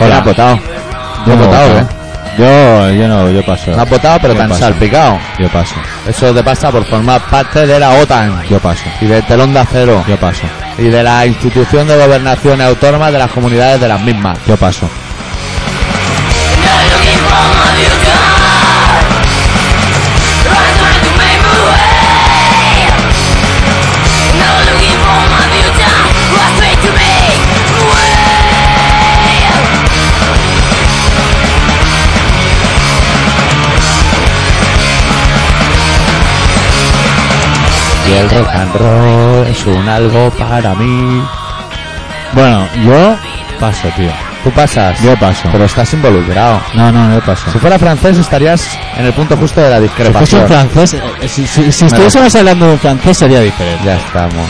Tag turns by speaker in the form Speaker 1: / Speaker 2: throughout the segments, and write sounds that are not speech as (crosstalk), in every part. Speaker 1: Hola.
Speaker 2: ha potado.
Speaker 1: Yo
Speaker 2: Ha
Speaker 1: no
Speaker 2: potado,
Speaker 1: voto.
Speaker 2: ¿eh?
Speaker 1: Yo, yo no, yo paso.
Speaker 2: No ha potado, pero
Speaker 1: Yo
Speaker 2: tan
Speaker 1: paso.
Speaker 2: salpicado.
Speaker 1: Yo paso,
Speaker 2: Eso te pasa por formar parte de la OTAN
Speaker 1: yo paso,
Speaker 2: y del telón de acero
Speaker 1: yo paso,
Speaker 2: y de la institución de gobernaciones autónomas de las comunidades de las mismas.
Speaker 1: yo paso.
Speaker 2: Y el rock and roll es un algo para mí.
Speaker 1: Bueno, yo paso, tío.
Speaker 2: Tú pasas,
Speaker 1: Yo paso.
Speaker 2: pero estás involucrado.
Speaker 1: No, no, yo paso.
Speaker 2: Si fuera francés estarías en el punto justo de la
Speaker 1: Si fuese
Speaker 2: discrepancia.
Speaker 1: un francés, eh, si, si- si
Speaker 2: Me
Speaker 1: estuviésemos hablando de un francés sería diferente.
Speaker 2: ya estamos.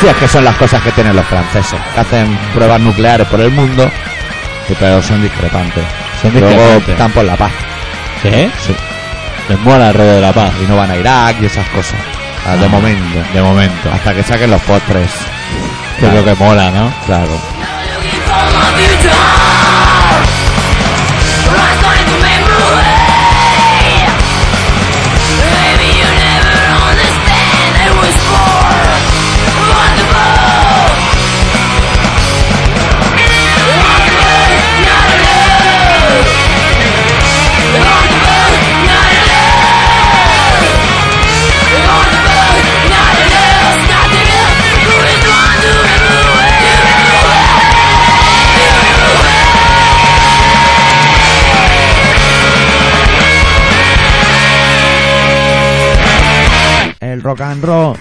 Speaker 2: Sí, es que son las cosas que tienen los franceses, que hacen pruebas nucleares por el mundo, y pero son discrepantes.
Speaker 1: Son
Speaker 2: Luego
Speaker 1: discrepantes.
Speaker 2: están por la paz
Speaker 1: ¿Sí? Les mola el rollo de la paz.
Speaker 2: y no van a Irak y esas cosas. Ah, De momento,
Speaker 1: De momento.
Speaker 2: hasta que saquen los postres.
Speaker 1: Que es lo que mola, ¿no?
Speaker 2: Claro. El rock and roll.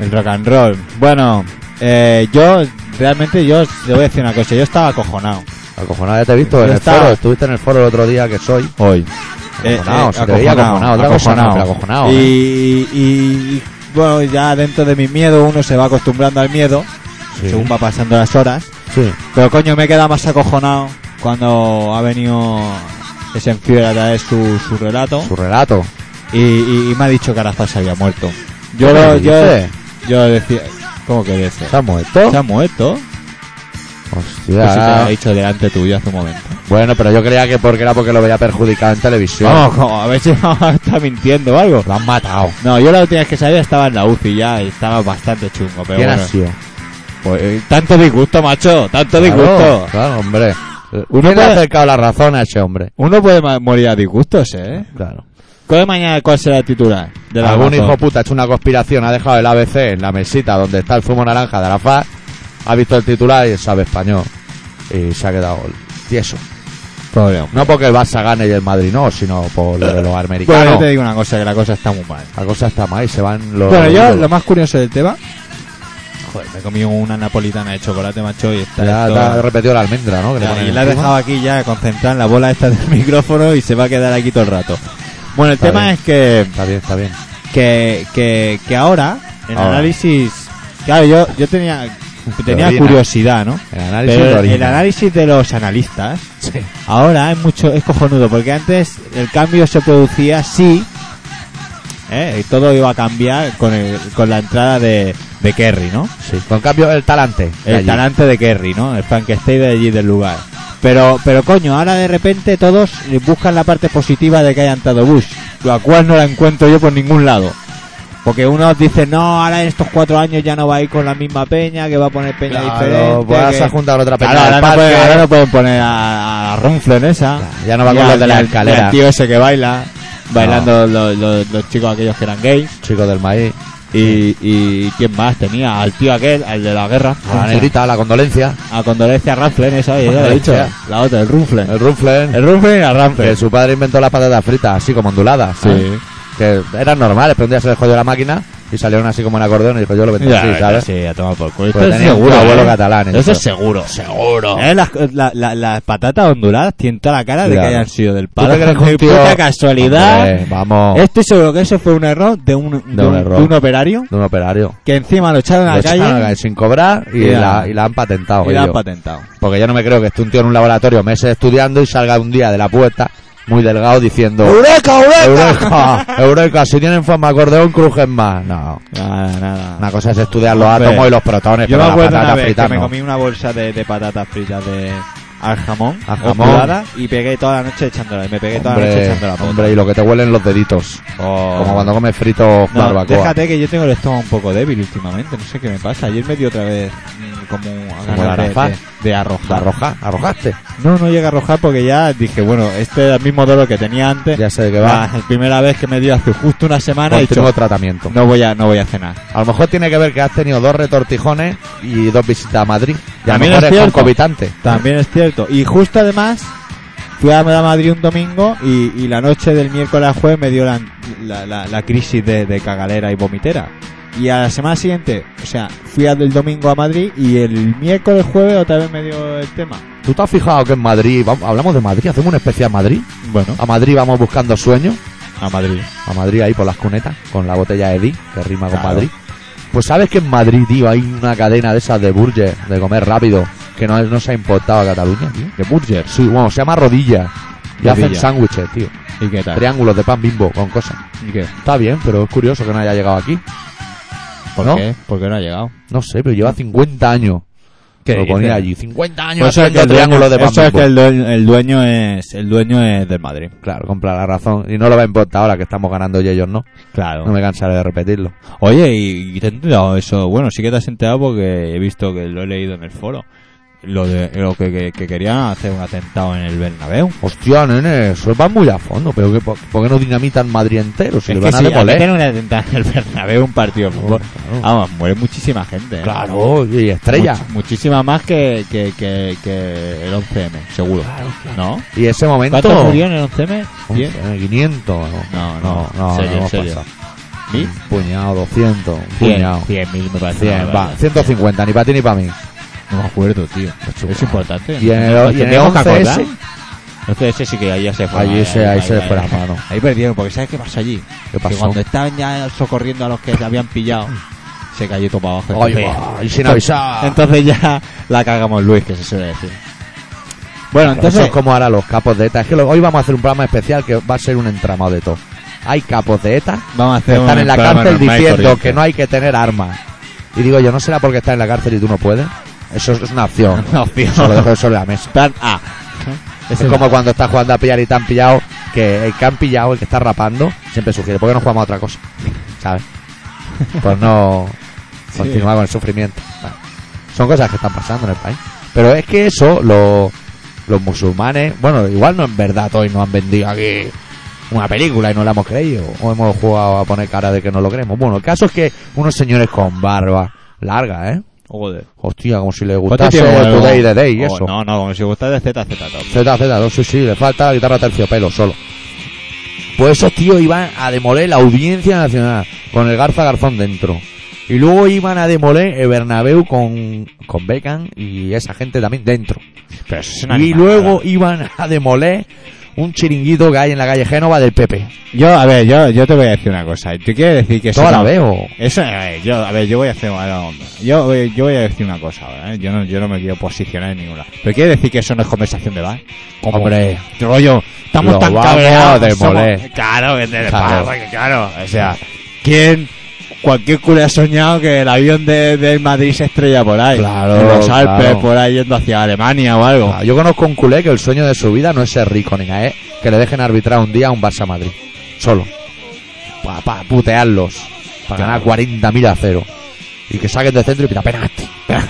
Speaker 1: El rock and roll. Bueno, eh, yo realmente yo te voy a decir una cosa. Yo estaba acojonado
Speaker 2: Acojonado, ya te he visto en
Speaker 1: Ya
Speaker 2: el
Speaker 1: está.
Speaker 2: foro. Estuviste en el foro el otro día que soy.
Speaker 1: hoy. Eh,
Speaker 2: Acojonado, se te veía acojonado, otra cosa no, pero acojonado, ¿eh?
Speaker 1: Y, y- y, bueno, ya dentro de mi miedo uno se va acostumbrando al miedo según va pasando las horas.
Speaker 2: Sí.
Speaker 1: Pero coño, me he quedado más acojonado cuando ha venido ese enfiebre a traer su, su relato
Speaker 2: Su relato.
Speaker 1: y, y- y me ha dicho que Arafat se había muerto. Yo
Speaker 2: ¿Qué
Speaker 1: lo-
Speaker 2: me
Speaker 1: yo,
Speaker 2: dices?
Speaker 1: yo decía, ¿cómo que dice?
Speaker 2: ¿Se ha muerto?
Speaker 1: ¿Se ha muerto?
Speaker 2: Hostia.
Speaker 1: Pues sí, te lo he dicho delante tuyo hace un momento.
Speaker 2: Bueno, pero yo creía que porque era porque lo veía perjudicado en televisión.
Speaker 1: Vamos, como, a ver si (laughs) está mintiendo o algo.
Speaker 2: Lo han matado.
Speaker 1: No, yo la última vez que sabía estaba en la UCI ya, y estaba bastante chungo, pero
Speaker 2: ¿Quién
Speaker 1: bueno.
Speaker 2: ha sido?
Speaker 1: Pues, eh, tanto disgusto, macho, tanto
Speaker 2: Claro,
Speaker 1: disgusto.
Speaker 2: claro, hombre.
Speaker 1: Uno
Speaker 2: Uno le ha
Speaker 1: puede-
Speaker 2: acercado la razón a ese hombre.
Speaker 1: Uno puede ma- morir a disgustos, ¿eh?
Speaker 2: Claro.
Speaker 1: ¿Cuál de mañana cuál será el titular? De la
Speaker 2: Algún
Speaker 1: Amazon?
Speaker 2: hijo puta ha hecho una conspiración, ha dejado el ABC en la mesita donde está el zumo naranja de Arafat, ha visto el titular y sabe español. Y se ha quedado tieso.
Speaker 1: Pobre hombre.
Speaker 2: No porque el Barça gane y el Madrid no, sino por lo de los
Speaker 1: Bueno, Pues yo
Speaker 2: americanos.
Speaker 1: te digo una cosa, que la cosa está muy mal.
Speaker 2: La cosa está mal y se van los...
Speaker 1: eh, Bueno, yo
Speaker 2: los-
Speaker 1: lo más curioso del tema... Joder, me he comido una napolitana de chocolate, macho, y está
Speaker 2: Ya
Speaker 1: esto-
Speaker 2: te ha repetido la almendra, ¿no? Que le
Speaker 1: Ya,
Speaker 2: ponen
Speaker 1: y la he
Speaker 2: encima.
Speaker 1: dejado aquí ya concentrada en la bola esta del (laughs) micrófono y se va a quedar aquí todo el rato. Bueno, el
Speaker 2: Está
Speaker 1: tema
Speaker 2: bien.
Speaker 1: es que,
Speaker 2: Está bien, está bien.
Speaker 1: que, que, que ahora, el
Speaker 2: Ahora.
Speaker 1: análisis. Claro, yo, yo tenía, tenía
Speaker 2: Teorina.
Speaker 1: curiosidad, ¿no?
Speaker 2: El análisis de
Speaker 1: Pero el,
Speaker 2: origen.
Speaker 1: análisis de los analistas
Speaker 2: Sí.
Speaker 1: ahora es mucho es cojonudo porque antes el cambio se producía sí ¿eh? y todo iba a cambiar con, el- con la entrada de, de Kerry, ¿no?
Speaker 2: Sí, Con cambio, el talante. de
Speaker 1: El
Speaker 2: allí.
Speaker 1: talante de Kerry, ¿no? El Frankenstein de allí del lugar. Pero, pero coño, ahora de repente todos buscan la parte positiva de que haya entrado Bush, la cual no la encuentro yo por ningún lado. Porque unos dicen, no, ahora en estos cuatro años ya no va a ir con la misma peña, que va a poner peña
Speaker 2: Claro, pues
Speaker 1: diferente.
Speaker 2: vas
Speaker 1: que-
Speaker 2: a juntar otra peña
Speaker 1: Claro, ahora,
Speaker 2: del
Speaker 1: no
Speaker 2: parque.
Speaker 1: pueden, ahora no pueden poner a, a Ronflo en esa.
Speaker 2: Ya no va
Speaker 1: Y
Speaker 2: con
Speaker 1: al-
Speaker 2: los de
Speaker 1: y
Speaker 2: la
Speaker 1: al- y al
Speaker 2: escalera.
Speaker 1: tío ese que baila, bailando los, los- los chicos aquellos que eran gays.
Speaker 2: Chico del maíz.
Speaker 1: Y, y quién más tenía, al tío aquel, al de la guerra.
Speaker 2: A la
Speaker 1: Ronflo.
Speaker 2: negrita, la condolencia.
Speaker 1: A condolencia a Ramflen, esa, ya lo he dicho.
Speaker 2: Condolencia.
Speaker 1: La otra, el Rumflen.
Speaker 2: El Rufflen.
Speaker 1: El Rumflen y a Ramflen.
Speaker 2: Que su
Speaker 1: Ah,
Speaker 2: padre inventó las patatas fritas así como onduladas. ¿eh? Que eran normales, pero un día se les jodió la máquina Y salieron así como en acordeón y dijo, yo lo vendo así,
Speaker 1: Ya,
Speaker 2: ¿sabes?
Speaker 1: Sí, a tomar por culo.
Speaker 2: Porque
Speaker 1: Esto es
Speaker 2: tenía un
Speaker 1: seguro,
Speaker 2: abuelo
Speaker 1: ¿eh?
Speaker 2: catalán,
Speaker 1: Eso
Speaker 2: eso.
Speaker 1: es seguro.
Speaker 2: Seguro.
Speaker 1: ¿Eh? Las, la- la- las patatas onduladas tienen toda la cara de
Speaker 2: Claro.
Speaker 1: que hayan sido del
Speaker 2: ¿Tú te
Speaker 1: palo.
Speaker 2: crees que
Speaker 1: Ni
Speaker 2: un tío-
Speaker 1: puta casualidad.
Speaker 2: Hombre, vamos.
Speaker 1: Estoy seguro que eso fue un error de un, de un-
Speaker 2: error.
Speaker 1: de un operario
Speaker 2: De un operario.
Speaker 1: que encima lo echaron a
Speaker 2: Lo
Speaker 1: la
Speaker 2: echaron a la
Speaker 1: calle
Speaker 2: calle sin cobrar y,
Speaker 1: Ya.
Speaker 2: la, y la han patentado.
Speaker 1: y la han
Speaker 2: ellos.
Speaker 1: patentado.
Speaker 2: Porque yo no me creo que esté un tío en un laboratorio meses estudiando y salga un día de la puerta muy delgado diciendo ¡Eureka, eureka! ¡Eureka! ¡Eureka! Si tienen forma acordeón, crujen más. No.
Speaker 1: (laughs) Nada, nada.
Speaker 2: Una cosa es estudiar los
Speaker 1: Hombre,
Speaker 2: átomos y los protones,
Speaker 1: Yo me
Speaker 2: Eh, pero las
Speaker 1: acuerdo una
Speaker 2: patatas
Speaker 1: vez
Speaker 2: fritas
Speaker 1: que me
Speaker 2: no.
Speaker 1: comí una bolsa de, de patatas fritas de al jamón,
Speaker 2: Al jamón.
Speaker 1: ondulada, y pegué toda la noche echándola, y me pegué toda la noche
Speaker 2: Hombre,
Speaker 1: echándola.
Speaker 2: hombre, y lo que te huelen los deditos. Como cuando comes fritos
Speaker 1: No,
Speaker 2: barbacoa.
Speaker 1: déjate que yo tengo el estómago un poco débil últimamente, no sé qué me pasa. Ayer me dio otra vez mm, como
Speaker 2: la
Speaker 1: ganas de,
Speaker 2: arafa.
Speaker 1: de- de arrojar.
Speaker 2: Arroja, arrojaste.
Speaker 1: No, no llega a arrojar porque ya dije, bueno, este es el mismo dolor que tenía antes.
Speaker 2: Ya sé de qué
Speaker 1: la,
Speaker 2: va. Pues
Speaker 1: la primera vez que me dio hace justo una semana y
Speaker 2: Continúo tratamiento.
Speaker 1: no voy a no voy a cenar.
Speaker 2: A lo mejor tiene que ver que has tenido dos retortijones y dos visitas a Madrid. Y a lo
Speaker 1: También
Speaker 2: mejor
Speaker 1: es
Speaker 2: es
Speaker 1: cierto.
Speaker 2: concomitante.
Speaker 1: También es cierto. Y justo además, fui a Madrid un domingo y, y la noche del miércoles a jueves me dio la, la- la- la crisis de, de cagalera y vomitera. Y a la semana siguiente, o sea, fui al- el domingo a Madrid y el miércoles jueves otra vez me dio el tema.
Speaker 2: ¿Tú te has fijado que en Madrid, vamos- hablamos de Madrid, hacemos una especie a Madrid?
Speaker 1: Bueno,
Speaker 2: A Madrid vamos buscando sueños.
Speaker 1: a Madrid.
Speaker 2: A Madrid ahí por las cunetas, con la botella de Di, que rima con
Speaker 1: Claro.
Speaker 2: Madrid. Pues sabes que en Madrid, tío, hay una cadena de esas de burger, de comer rápido, que no, no se ha importado a Cataluña, tío.
Speaker 1: ¿Qué burger?
Speaker 2: Sí, bueno, se llama Rodilla. Y hacen
Speaker 1: Rodilla.
Speaker 2: sándwiches, tío.
Speaker 1: ¿Y qué tal?
Speaker 2: Triángulos de pan bimbo con cosas.
Speaker 1: ¿Y qué?
Speaker 2: Está bien, pero es curioso que no haya llegado aquí.
Speaker 1: ¿Por
Speaker 2: ¿No?
Speaker 1: qué? ¿Por qué no ha llegado?
Speaker 2: No sé, pero lleva 50 años.
Speaker 1: ¿Qué
Speaker 2: Lo
Speaker 1: dices?
Speaker 2: ponía allí. 50 años
Speaker 1: Pues eso es que
Speaker 2: haciendo
Speaker 1: el dueño,
Speaker 2: triángulos de pan
Speaker 1: eso es
Speaker 2: bimbo.
Speaker 1: que el dueño, el dueño es el dueño es del Madrid.
Speaker 2: Claro, compra la razón. Y no lo va a importar ahora que estamos ganando y ellos no.
Speaker 1: Claro.
Speaker 2: No me cansaré de repetirlo.
Speaker 1: Oye, ¿y y te has enterado eso? Bueno, sí que te has enterado porque he visto que lo he leído en el foro. Lo de lo que, que- que querían hacer un atentado en el Bernabéu.
Speaker 2: Hostia, nene, eso va muy a fondo. Pero que, ¿por, por qué no dinamitan Madrid entero? Si
Speaker 1: es
Speaker 2: le
Speaker 1: que Ah,
Speaker 2: van
Speaker 1: si
Speaker 2: a demoler.
Speaker 1: hacen un atentado en el Bernabéu, un partido de fútbol.
Speaker 2: Claro,
Speaker 1: Vamos, muere muchísima gente. ¿eh?
Speaker 2: Claro, y estrella.
Speaker 1: Much- muchísima más que, que, que, que el 11M, seguro. ¿No?
Speaker 2: Y ese momento.
Speaker 1: ¿Cuántos murieron en el 11M?
Speaker 2: Hostia,
Speaker 1: ¿Diez?
Speaker 2: 500. No,
Speaker 1: No, no,
Speaker 2: no,
Speaker 1: serio,
Speaker 2: no hemos
Speaker 1: serio.
Speaker 2: pasado.
Speaker 1: ¿Mil?
Speaker 2: Un puñado, 200. Un
Speaker 1: Cien, Ah,
Speaker 2: puñado.
Speaker 1: cien mil me parece.
Speaker 2: 100,
Speaker 1: una
Speaker 2: va,
Speaker 1: barbaridad.
Speaker 2: 150, ni para ti ni para mí.
Speaker 1: No me acuerdo, tío. Es importante.
Speaker 2: Y en el-
Speaker 1: Nos
Speaker 2: y en el
Speaker 1: tendríamos que
Speaker 2: 11S.
Speaker 1: acordar. El 11S sí que ahí ya se fue.
Speaker 2: Allí se, ahí se
Speaker 1: ahí,
Speaker 2: les fue la
Speaker 1: ahí.
Speaker 2: mano.
Speaker 1: Ahí perdieron, porque ¿sabes qué pasó allí?
Speaker 2: ¿Qué
Speaker 1: Que
Speaker 2: pasó?
Speaker 1: cuando estaban ya socorriendo a los que se habían pillado, se cayó todo para abajo.
Speaker 2: Ay, va, y sin avisar.
Speaker 1: entonces ya la cagamos Luis, que se suele decir. Bueno,
Speaker 2: Entonces,
Speaker 1: entonces...
Speaker 2: es como ahora los capos de ETA. Es que lo- hoy vamos a hacer un programa especial que va a ser un entramado de todo. Hay capos de ETA
Speaker 1: Vamos a
Speaker 2: que
Speaker 1: hacer
Speaker 2: están
Speaker 1: un
Speaker 2: en la
Speaker 1: programa
Speaker 2: cárcel
Speaker 1: normal y
Speaker 2: diciendo
Speaker 1: corriente.
Speaker 2: que no hay que tener armas. Y digo yo, ¿no será porque estás en la cárcel y tú no puedes? Eso es una (laughs) opción.
Speaker 1: (laughs) No, tío. ah,
Speaker 2: Eso lo dejo sobre la mesa.
Speaker 1: Plan A.
Speaker 2: Es como cuando estás jugando a pillar y te han pillado, que el que han pillado, el que está rapando, siempre sugiere, ¿por qué no jugamos a otra cosa? ¿Sabes? Pues no
Speaker 1: Sí.
Speaker 2: continuar con el sufrimiento. Bueno, son cosas que están pasando en el país. Pero es que eso, lo- los musulmanes, bueno, igual no en verdad hoy nos han vendido aquí una película y no la hemos creído. O hemos jugado a poner cara de que no lo creemos. Bueno, el caso es que unos señores con barba larga, ¿eh?
Speaker 1: Joder.
Speaker 2: Hostia, como si les
Speaker 1: ¿Cuánto
Speaker 2: gustase
Speaker 1: tiempo?
Speaker 2: Today the Day y
Speaker 1: Oh,
Speaker 2: eso.
Speaker 1: No, no, como si gustara de Z, Z, todo.
Speaker 2: Z, Z, no, sí, sí, le falta la guitarra terciopelo solo. Pues esos tíos iban a demoler la audiencia nacional con el Garza Garzón dentro. Y luego iban a demoler el Bernabéu con, con Beckham y esa gente también dentro.
Speaker 1: Pero eso es una
Speaker 2: Y
Speaker 1: animalada.
Speaker 2: luego iban a demoler un chiringuito que hay en la calle Génova del PP.
Speaker 1: Yo, a ver, yo, yo te voy a decir una cosa. ¿Tú quieres decir que eso
Speaker 2: Toda
Speaker 1: no-
Speaker 2: la veo.
Speaker 1: Eso, a ver, yo, a ver, yo voy a hacer ahora, yo, eh, yo voy a decir una cosa ahora, ¿eh? yo no, yo no me quiero posicionar en ninguna. Pero quiere decir que eso no es conversación de bar. Como,
Speaker 2: Hombre,
Speaker 1: Este rollo, estamos
Speaker 2: Lo
Speaker 1: tan
Speaker 2: vamos a
Speaker 1: cabreados. que
Speaker 2: demoler.
Speaker 1: somos- Claro, que te
Speaker 2: Claro.
Speaker 1: pasa, que claro. O sea, ¿quién, cualquier culo ha soñado que el avión de, del Madrid se estrella por ahí?
Speaker 2: Claro,
Speaker 1: En los Alpes,
Speaker 2: claro.
Speaker 1: por ahí yendo hacia Alemania o algo.
Speaker 2: Ah, yo conozco un culé que el sueño de su vida no es ser rico ni nada, ¿eh? que le dejen arbitrar un día a un Barça Madrid. Solo. Para putearlos. Para ganar 40.000 a cero. Y que saquen de centro y pita penalti.
Speaker 1: (laughs)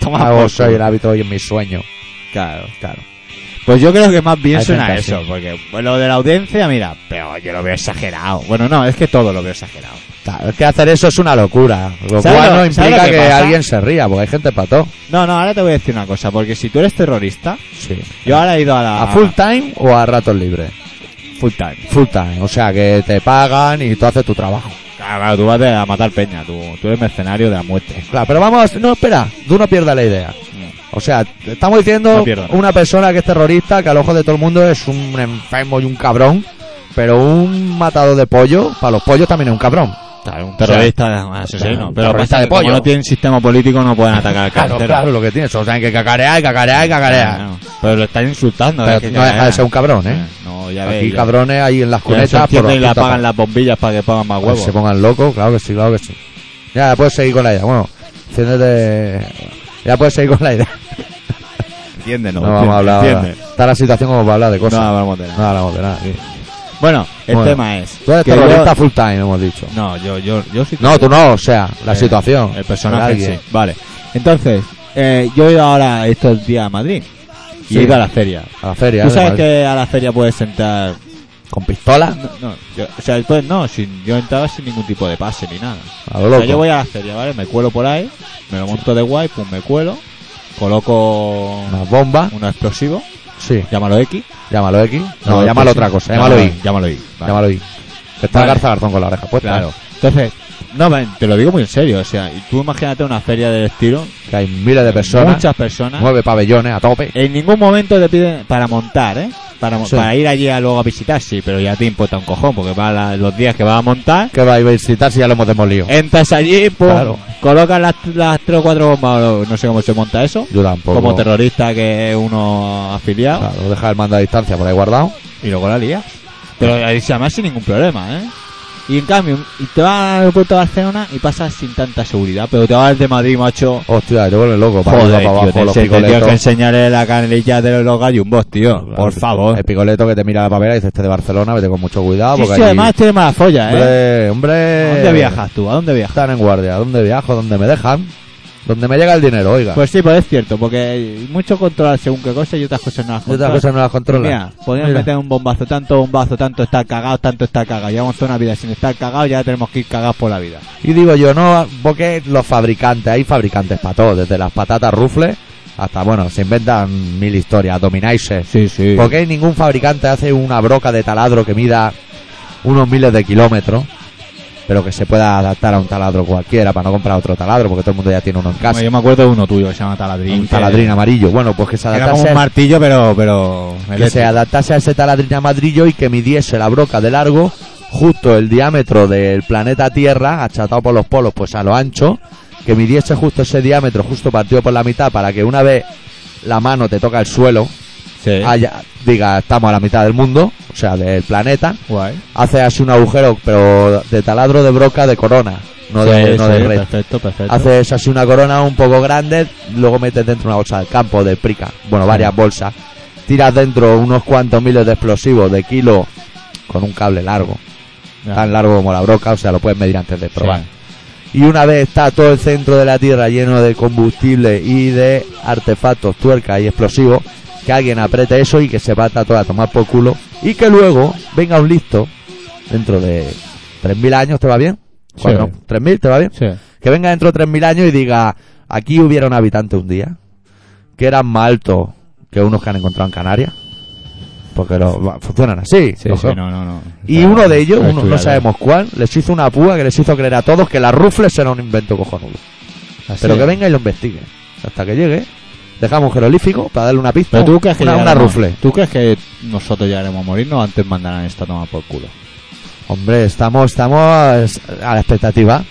Speaker 1: Toma
Speaker 2: Ah,
Speaker 1: por
Speaker 2: vos soy
Speaker 1: culo.
Speaker 2: el hábito hoy en mi sueño.
Speaker 1: Claro, claro. Pues yo creo que más bien
Speaker 2: Hay
Speaker 1: suena
Speaker 2: gente así.
Speaker 1: eso, porque lo de la audiencia, mira, pero yo lo veo exagerado. Bueno, no, es que todo lo veo exagerado.
Speaker 2: Claro, es que hacer eso es una locura. Lo
Speaker 1: ¿Sabes
Speaker 2: cual
Speaker 1: lo-
Speaker 2: no
Speaker 1: sabes lo
Speaker 2: implica que,
Speaker 1: que pasa?
Speaker 2: alguien se ría, porque hay gente para todo.
Speaker 1: No, no, ahora te voy a decir una cosa, porque si tú eres terrorista,
Speaker 2: Sí.
Speaker 1: yo ahora he ido a la...
Speaker 2: ¿A full time o a ratos libres?
Speaker 1: full time.
Speaker 2: Full time. O sea, que te pagan y tú haces tu trabajo.
Speaker 1: Ah, claro, tú vas de- a matar peña, tú, tú eres mercenario de la muerte.
Speaker 2: Claro, pero vamos, no, espera, tú no pierdas la idea. O sea, te estamos diciendo
Speaker 1: No pierdo, ¿no?
Speaker 2: una persona que es terrorista, que al ojo de todo el mundo es un enfermo y un cabrón, pero un matador de pollo, para los pollos también es un cabrón.
Speaker 1: un terrorista asesino.
Speaker 2: un
Speaker 1: pero
Speaker 2: terrorista
Speaker 1: pasa
Speaker 2: de
Speaker 1: que como
Speaker 2: pollo.
Speaker 1: no tienen sistema político, no pueden atacar al
Speaker 2: (laughs) Claro,
Speaker 1: cartero.
Speaker 2: claro, lo que tiene, solo saben que cacarear y cacarear y
Speaker 1: Ah,
Speaker 2: cacarear.
Speaker 1: no. Pero lo están insultando.
Speaker 2: Pero
Speaker 1: es que
Speaker 2: no
Speaker 1: ya
Speaker 2: deja de
Speaker 1: era.
Speaker 2: ser un cabrón, ¿eh?
Speaker 1: Sí, No, ya
Speaker 2: Aquí
Speaker 1: veis.
Speaker 2: cabrones ahí en las cunetas
Speaker 1: por y
Speaker 2: los
Speaker 1: le
Speaker 2: putos
Speaker 1: apagan las bombillas para que pongan más
Speaker 2: para que
Speaker 1: huevos.
Speaker 2: se pongan locos, claro que sí, claro que sí. Ya, puedes seguir con la idea, bueno, enciéndete... Ya puedes seguir con la idea.
Speaker 1: Entiéndenos.
Speaker 2: (laughs) No, vamos a hablar ahora.
Speaker 1: entiende.
Speaker 2: Está la situación como para hablar de
Speaker 1: No
Speaker 2: cosas.
Speaker 1: hablamos de nada.
Speaker 2: No hablamos de nada. sí.
Speaker 1: Bueno, el
Speaker 2: Bueno.
Speaker 1: tema es.
Speaker 2: Tú eres
Speaker 1: que yo-
Speaker 2: terrorista full time, hemos dicho.
Speaker 1: No, yo, yo, yo sí.
Speaker 2: No, tú no, o sea, la
Speaker 1: Eh,
Speaker 2: situación.
Speaker 1: El
Speaker 2: De
Speaker 1: personaje
Speaker 2: alguien.
Speaker 1: sí. Vale. Entonces, eh, yo he ido ahora estos días a Madrid. Y
Speaker 2: Sí.
Speaker 1: he ido a la feria.
Speaker 2: A la feria.
Speaker 1: Tú
Speaker 2: de
Speaker 1: sabes
Speaker 2: Madrid.
Speaker 1: que a la feria puedes entrar. Ah,
Speaker 2: Con pistola,
Speaker 1: No, no, yo- o sea, después no, sin, yo entraba sin ningún tipo de pase ni nada.
Speaker 2: a lo
Speaker 1: O
Speaker 2: loco.
Speaker 1: sea, yo voy a la feria, ¿vale? Me cuelo por ahí, me lo monto de guay, pues me cuelo, coloco
Speaker 2: Una bomba,
Speaker 1: un explosivo,
Speaker 2: sí.
Speaker 1: llámalo X.
Speaker 2: Llámalo X. No,
Speaker 1: Llámalo
Speaker 2: llámalo
Speaker 1: X.
Speaker 2: otra cosa. Llámalo Y.
Speaker 1: Llámalo Y. vale.
Speaker 2: Llámalo Y. Que Está
Speaker 1: Vale.
Speaker 2: Garza Garzón con la oreja puesta.
Speaker 1: Claro. Entonces, no, man, te lo digo muy en serio, o sea, y tú imagínate una feria del estilo,
Speaker 2: ¿eh? Que hay miles de personas.
Speaker 1: muchas personas,
Speaker 2: Nueve pabellones a tope.
Speaker 1: en ningún momento te piden para montar, ¿eh? Para, mo-
Speaker 2: Sí.
Speaker 1: para ir allí a luego a visitar, sí, pero ya te importa un cojón, porque para la- los días que vas a montar,
Speaker 2: Que va a ir a visitar si ya lo hemos demolido.
Speaker 1: entras allí, pum,
Speaker 2: Claro.
Speaker 1: colocas las, las tres o cuatro bombas, o no sé cómo se monta eso,
Speaker 2: Yo tampoco.
Speaker 1: como terrorista que es uno afiliado
Speaker 2: Claro, deja el mando a distancia por ahí guardado.
Speaker 1: y luego la lía. Pero ahí se además sin ningún problema, ¿eh? Y en cambio, y te vas al aeropuerto de Barcelona y pasas sin tanta seguridad, pero te vas de Madrid, macho.
Speaker 2: Hostia, te vuelve loco. Para
Speaker 1: Joder,
Speaker 2: arriba, para
Speaker 1: tío,
Speaker 2: abajo,
Speaker 1: te,
Speaker 2: los
Speaker 1: se- te tienes que
Speaker 2: picoletos.
Speaker 1: enseñarle la canelilla de los gallumbos, tío.
Speaker 2: Claro,
Speaker 1: por
Speaker 2: el-
Speaker 1: favor.
Speaker 2: El picoleto que te mira la papera y dice, este de Barcelona, vete con mucho cuidado.
Speaker 1: Sí,
Speaker 2: porque
Speaker 1: sí,
Speaker 2: allí-
Speaker 1: además tiene mala folla, ¿eh?
Speaker 2: Hombre, hombre.
Speaker 1: ¿A dónde viajas tú? ¿A dónde viajas?
Speaker 2: Están en guardia. ¿Dónde viajo? ¿Dónde me dejan? ¿Dónde me llega el dinero? Oiga.
Speaker 1: Pues sí, pues es cierto, porque mucho controlar según qué cosa y otras cosas no las
Speaker 2: Yo otras
Speaker 1: controlas.
Speaker 2: cosas no las controla.
Speaker 1: pues, Mira, podríamos
Speaker 2: Mira.
Speaker 1: meter un bombazo, tanto bombazo, tanto estar cagado, tanto estar cagado. Llevamos toda una vida sin estar cagado, ya tenemos que ir cagados por la vida.
Speaker 2: Y digo yo, no, porque los fabricantes, hay fabricantes para todo, desde las patatas rufles hasta, bueno, se inventan mil historias, Dominaces.
Speaker 1: Sí, sí.
Speaker 2: ¿Por qué ningún fabricante hace una broca de taladro que mida unos miles de kilómetros? Pero que se pueda adaptar a un taladro cualquiera para no comprar otro taladro, porque todo el mundo ya tiene uno en casa.
Speaker 1: yo me acuerdo de uno tuyo que se llama Taladrín.
Speaker 2: Un
Speaker 1: eh,
Speaker 2: taladrín amarillo. Bueno, pues que se
Speaker 1: Era como
Speaker 2: adaptase
Speaker 1: un
Speaker 2: a
Speaker 1: martillo, pero. pero
Speaker 2: que se adaptase a ese taladrín amadrillo y que midiese la broca de largo justo el diámetro del planeta Tierra, achatado por los polos, pues a lo ancho, que midiese justo ese diámetro, justo partido por la mitad, para que una vez la mano te toca el suelo,
Speaker 1: Sí.
Speaker 2: haya- diga, estamos a la mitad del mundo, o sea, del planeta,
Speaker 1: Guay.
Speaker 2: hace así un agujero, pero de taladro de broca de corona, no de,
Speaker 1: Sí,
Speaker 2: no
Speaker 1: sí,
Speaker 2: de red.
Speaker 1: Perfecto, perfecto.
Speaker 2: Haces así una corona un poco grande, luego metes dentro una bolsa de campo, de prica, bueno, varias bolsas. Tiras dentro unos cuantos miles de explosivos de kilo con un cable largo,
Speaker 1: Ya.
Speaker 2: tan largo como la broca, o sea, lo puedes medir antes de
Speaker 1: Sí.
Speaker 2: probar. Y una vez está todo el centro de la Tierra lleno de combustible y de artefactos, tuercas y explosivos, que alguien apriete eso y que se bata todo a tomar por culo. Y que luego venga un listo, dentro de 3.000 años, ¿te va bien?
Speaker 1: Sí.
Speaker 2: Cuatro- ¿3.000 te va bien?
Speaker 1: Sí.
Speaker 2: Que venga dentro de 3.000 años y diga, aquí hubiera un habitante un día, que eran más altos que unos que han encontrado en Canarias, porque lo- va- funcionan así.
Speaker 1: Sí,
Speaker 2: ojo.
Speaker 1: sí, no, no, no.
Speaker 2: Y
Speaker 1: Está-
Speaker 2: uno de ellos,
Speaker 1: está
Speaker 2: uno, no
Speaker 1: estudiado.
Speaker 2: sabemos cuál, les hizo una púa que les hizo creer a todos que la rufles era un invento cojonudo.
Speaker 1: Así
Speaker 2: Pero que
Speaker 1: es.
Speaker 2: venga y lo investigue. Hasta que llegue, dejamos un jeroglífico para darle una pista.
Speaker 1: Pero tú crees que
Speaker 2: una, una
Speaker 1: llegaremos-
Speaker 2: rufle.
Speaker 1: ¿Tú crees que nosotros ya haremos a morirnos antes mandarán esta toma por culo?
Speaker 2: Hombre, estamos, estamos a la expectativa.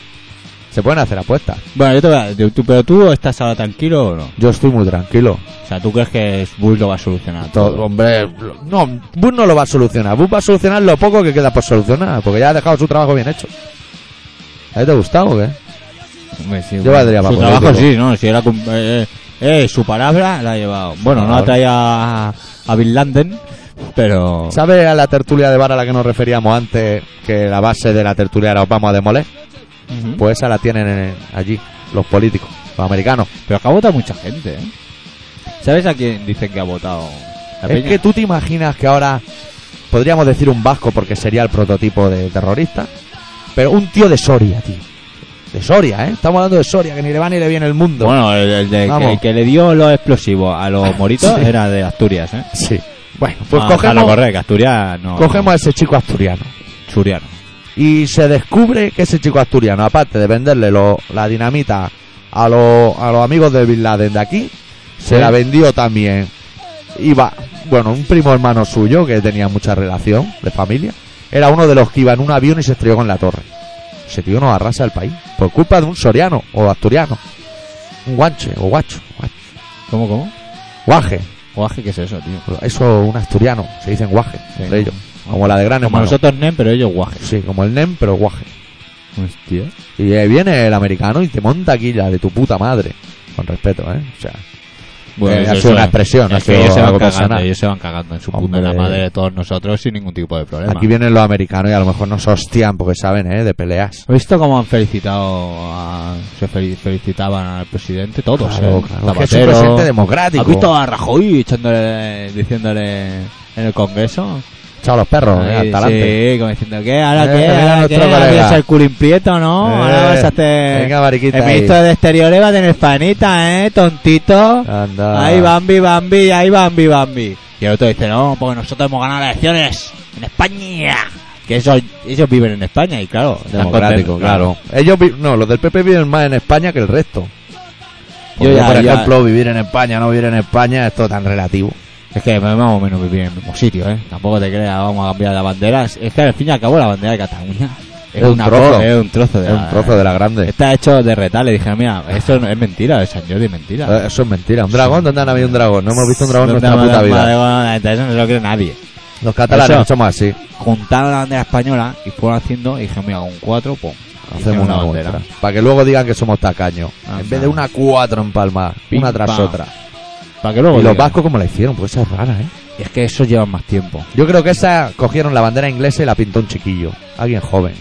Speaker 2: Se pueden hacer apuestas.
Speaker 1: Bueno, yo te voy a- tú- tú- pero tú estás ahora tranquilo o no?
Speaker 2: Yo estoy muy tranquilo.
Speaker 1: O sea, ¿tú crees que Bush lo va a solucionar todo?
Speaker 2: Todo, hombre, lo- no, Bush no lo va a solucionar. Bush va a solucionar lo poco que queda por solucionar, porque ya ha dejado su trabajo bien hecho. ¿A ti te ha gustado o qué?
Speaker 1: Hombre, sí,
Speaker 2: Yo
Speaker 1: bueno,
Speaker 2: valdría para
Speaker 1: Su trabajo
Speaker 2: político.
Speaker 1: sí, ¿no? Si era, cum- eh, eh, eh, su palabra la ha llevado. Bueno, no ha
Speaker 2: Ahora.
Speaker 1: traído a, a Bin Laden, pero...
Speaker 2: ¿Sabes a la tertulia de bar a la que nos referíamos antes, que la base de la tertulia era os vamos a demoler?
Speaker 1: Ujú.
Speaker 2: Pues esa la tienen en- allí, los políticos, los americanos.
Speaker 1: Pero acá vota mucha gente, ¿eh? ¿Sabes a quién dicen que ha votado? La
Speaker 2: Es
Speaker 1: peña?
Speaker 2: que tú te imaginas que ahora podríamos decir un vasco porque sería el prototipo de terrorista, pero un tío de Soria, tío. De Soria, ¿eh? Estamos hablando de Soria, que ni le va ni le viene el mundo.
Speaker 1: Bueno, el, el de-
Speaker 2: Vamos.
Speaker 1: que, el que le dio los explosivos a los moritos
Speaker 2: (laughs) Sí.
Speaker 1: era de Asturias, ¿eh?
Speaker 2: sí. Bueno, pues
Speaker 1: Ah, déjalo
Speaker 2: cogemos,
Speaker 1: Ah. correr, que Asturias no...
Speaker 2: cogemos a ese chico asturiano.
Speaker 1: Churiano.
Speaker 2: Y se descubre que ese chico asturiano, aparte de venderle lo- la dinamita a, los- a los amigos de Bin Laden de aquí, se
Speaker 1: Sí.
Speaker 2: la vendió también. Iba, bueno, un primo hermano suyo que tenía mucha relación de familia, era uno de los que iba en un avión y se estrelló con la torre. Ese tío nos arrasa el país por culpa de un soriano o asturiano. Un guanche o guacho. guacho.
Speaker 1: ¿Cómo, cómo?
Speaker 2: Guaje.
Speaker 1: Guaje, ¿qué es eso, tío?
Speaker 2: Eso un asturiano. Se dicen guaje
Speaker 1: Sí.
Speaker 2: entre Pues, ellos. Como la de gran
Speaker 1: Como
Speaker 2: hermano.
Speaker 1: nosotros NEM, pero ellos guaje.
Speaker 2: Sí, como el NEM, pero guaje.
Speaker 1: Hostia.
Speaker 2: Y ahí viene el americano y te monta aquí la de tu puta madre. Con respeto, ¿eh? O sea, eh, ha
Speaker 1: eso
Speaker 2: sido una
Speaker 1: es-
Speaker 2: expresión, ha
Speaker 1: es que
Speaker 2: sido
Speaker 1: ellos se van
Speaker 2: algo
Speaker 1: cagando,
Speaker 2: personal.
Speaker 1: ellos se van cagando en su
Speaker 2: Hombre.
Speaker 1: puta la madre de todos nosotros sin ningún tipo de problema.
Speaker 2: Aquí vienen los americanos y a lo mejor nos hostian porque saben, ¿eh? De peleas.
Speaker 1: ¿Has visto cómo han felicitado a, se fel- felicitaban al presidente? Todos,
Speaker 2: Claro,
Speaker 1: ¿eh?
Speaker 2: claro, que es un
Speaker 1: Zapatero.
Speaker 2: presidente democrático.
Speaker 1: ¿Has visto a Rajoy echándole, diciéndole en el Congreso?
Speaker 2: Chao los perros, ¿eh?
Speaker 1: Ahí,
Speaker 2: Hasta adelante.
Speaker 1: sí, como diciendo, ¿qué? ¿Ahora
Speaker 2: Eh,
Speaker 1: qué?
Speaker 2: mira
Speaker 1: ¿Ahora qué?
Speaker 2: nuestro
Speaker 1: ¿Ahora
Speaker 2: colega. Eh,
Speaker 1: quieres ser culimprieto, no? Ahora vas a hacer...
Speaker 2: Venga, mariquita.
Speaker 1: el
Speaker 2: ahí.
Speaker 1: ministro de Exteriores va a tener fanita, ¿eh? Tontito.
Speaker 2: Anda.
Speaker 1: Ahí Bambi, Bambi, ahí Bambi, Bambi. Y el otro dice, no, porque nosotros hemos ganado las elecciones en España. Que esos, ellos viven en España y claro, están
Speaker 2: Democrático,
Speaker 1: contentos,
Speaker 2: claro. Ellos vi- no, los del PP viven más en España que el resto. Porque
Speaker 1: Yo ya-
Speaker 2: por
Speaker 1: ya-
Speaker 2: ejemplo, vivir en España, no vivir en España, es todo tan relativo.
Speaker 1: Es que más o menos vivir en el mismo sitio, ¿eh? Tampoco te creas, vamos a cambiar la bandera. Es es que al fin y al cabo la bandera de Cataluña
Speaker 2: Es un trozo.
Speaker 1: co- es un trozo de
Speaker 2: Es un
Speaker 1: la-
Speaker 2: trozo de la grande.
Speaker 1: Está hecho de retales. Dije, mira, esto no- es mentira, es San Jordi, es mentira.
Speaker 2: Eh, Eso es mentira. ¿Un dragón? ¿Dónde han habido un dragón? No hemos visto un dragón en
Speaker 1: No
Speaker 2: nuestra
Speaker 1: tenemos
Speaker 2: puta
Speaker 1: más
Speaker 2: vida.
Speaker 1: de- bueno, entonces eso no se lo cree nadie.
Speaker 2: Los catalanes
Speaker 1: Eso.
Speaker 2: no somos así.
Speaker 1: Juntaron la bandera española y fueron haciendo, y dije, mira, con cuatro, pum.
Speaker 2: Hacemos una
Speaker 1: bandera.
Speaker 2: vuelta. Para que luego digan que somos tacaños.
Speaker 1: Ah,
Speaker 2: en vez de
Speaker 1: claro.
Speaker 2: una cuatro en Palma,
Speaker 1: Pim,
Speaker 2: una tras
Speaker 1: pam.
Speaker 2: otra.
Speaker 1: Para que luego
Speaker 2: Y los
Speaker 1: digan.
Speaker 2: vascos, ¿cómo la hicieron? Pues esa es rara, ¿eh?
Speaker 1: Y es que eso lleva más tiempo.
Speaker 2: Yo creo que esa cogieron la bandera inglesa y la pintó un chiquillo. Alguien joven.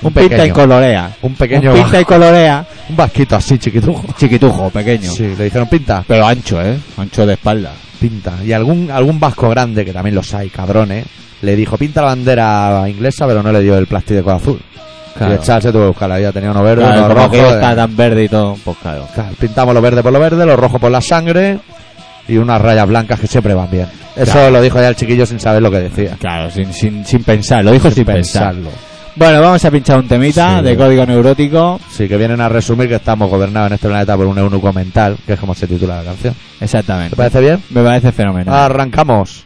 Speaker 1: Un
Speaker 2: pequeño.
Speaker 1: pinta y colorea.
Speaker 2: Un pequeño.
Speaker 1: un pinta y colorea.
Speaker 2: (laughs) un vasquito así, chiquitujo.
Speaker 1: Chiquitujo, pequeño.
Speaker 2: Sí, le dijeron pinta.
Speaker 1: Pero ancho, ¿eh? Ancho de espalda.
Speaker 2: Pinta. Y algún, algún vasco grande, que también los hay, cabrones, le dijo pinta la bandera inglesa, pero no le dio el plástico de color azul. Y el Charles se tuvo que buscarla. Ya tenía uno verde,
Speaker 1: Claro,
Speaker 2: uno
Speaker 1: como
Speaker 2: rojo.
Speaker 1: que
Speaker 2: eh.
Speaker 1: está tan verde y todo, pues claro.
Speaker 2: Claro, pintamos lo verde por lo verde, lo rojo por la sangre y unas rayas blancas que siempre van bien. Eso
Speaker 1: Claro.
Speaker 2: lo dijo ya el chiquillo sin saber lo que decía.
Speaker 1: Claro, sin, sin, sin pensar, lo dijo sin, pensar.
Speaker 2: Pensarlo.
Speaker 1: Bueno, vamos a pinchar un temita
Speaker 2: Sí.
Speaker 1: de código neurótico.
Speaker 2: Sí, que vienen a resumir que estamos gobernados en este planeta por un eunuco mental, que es como se titula la canción.
Speaker 1: Exactamente.
Speaker 2: ¿Te parece bien?
Speaker 1: Me parece fenomenal.
Speaker 2: Arrancamos.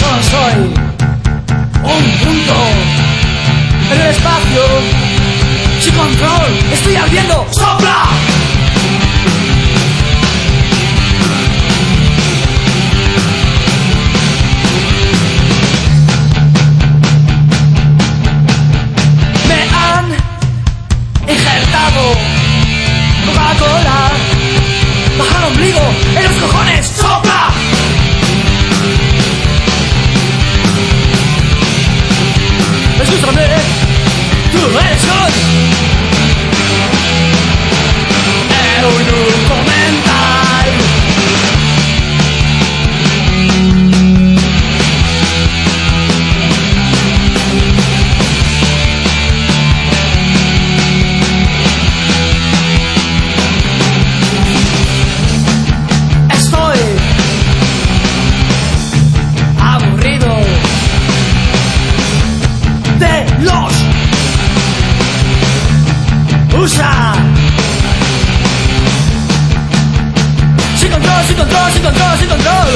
Speaker 3: Yo soy un punto en el espacio sin control. Estoy ardiendo. ¡Sopla! Me han injertado Coca-Cola. Baja el ombligo en los cojones. ¡Sopla! Escúchame, tú eres hoy Eunuco mental Estoy aburrido de los USA. Sin control, sin control, sin control, sin control.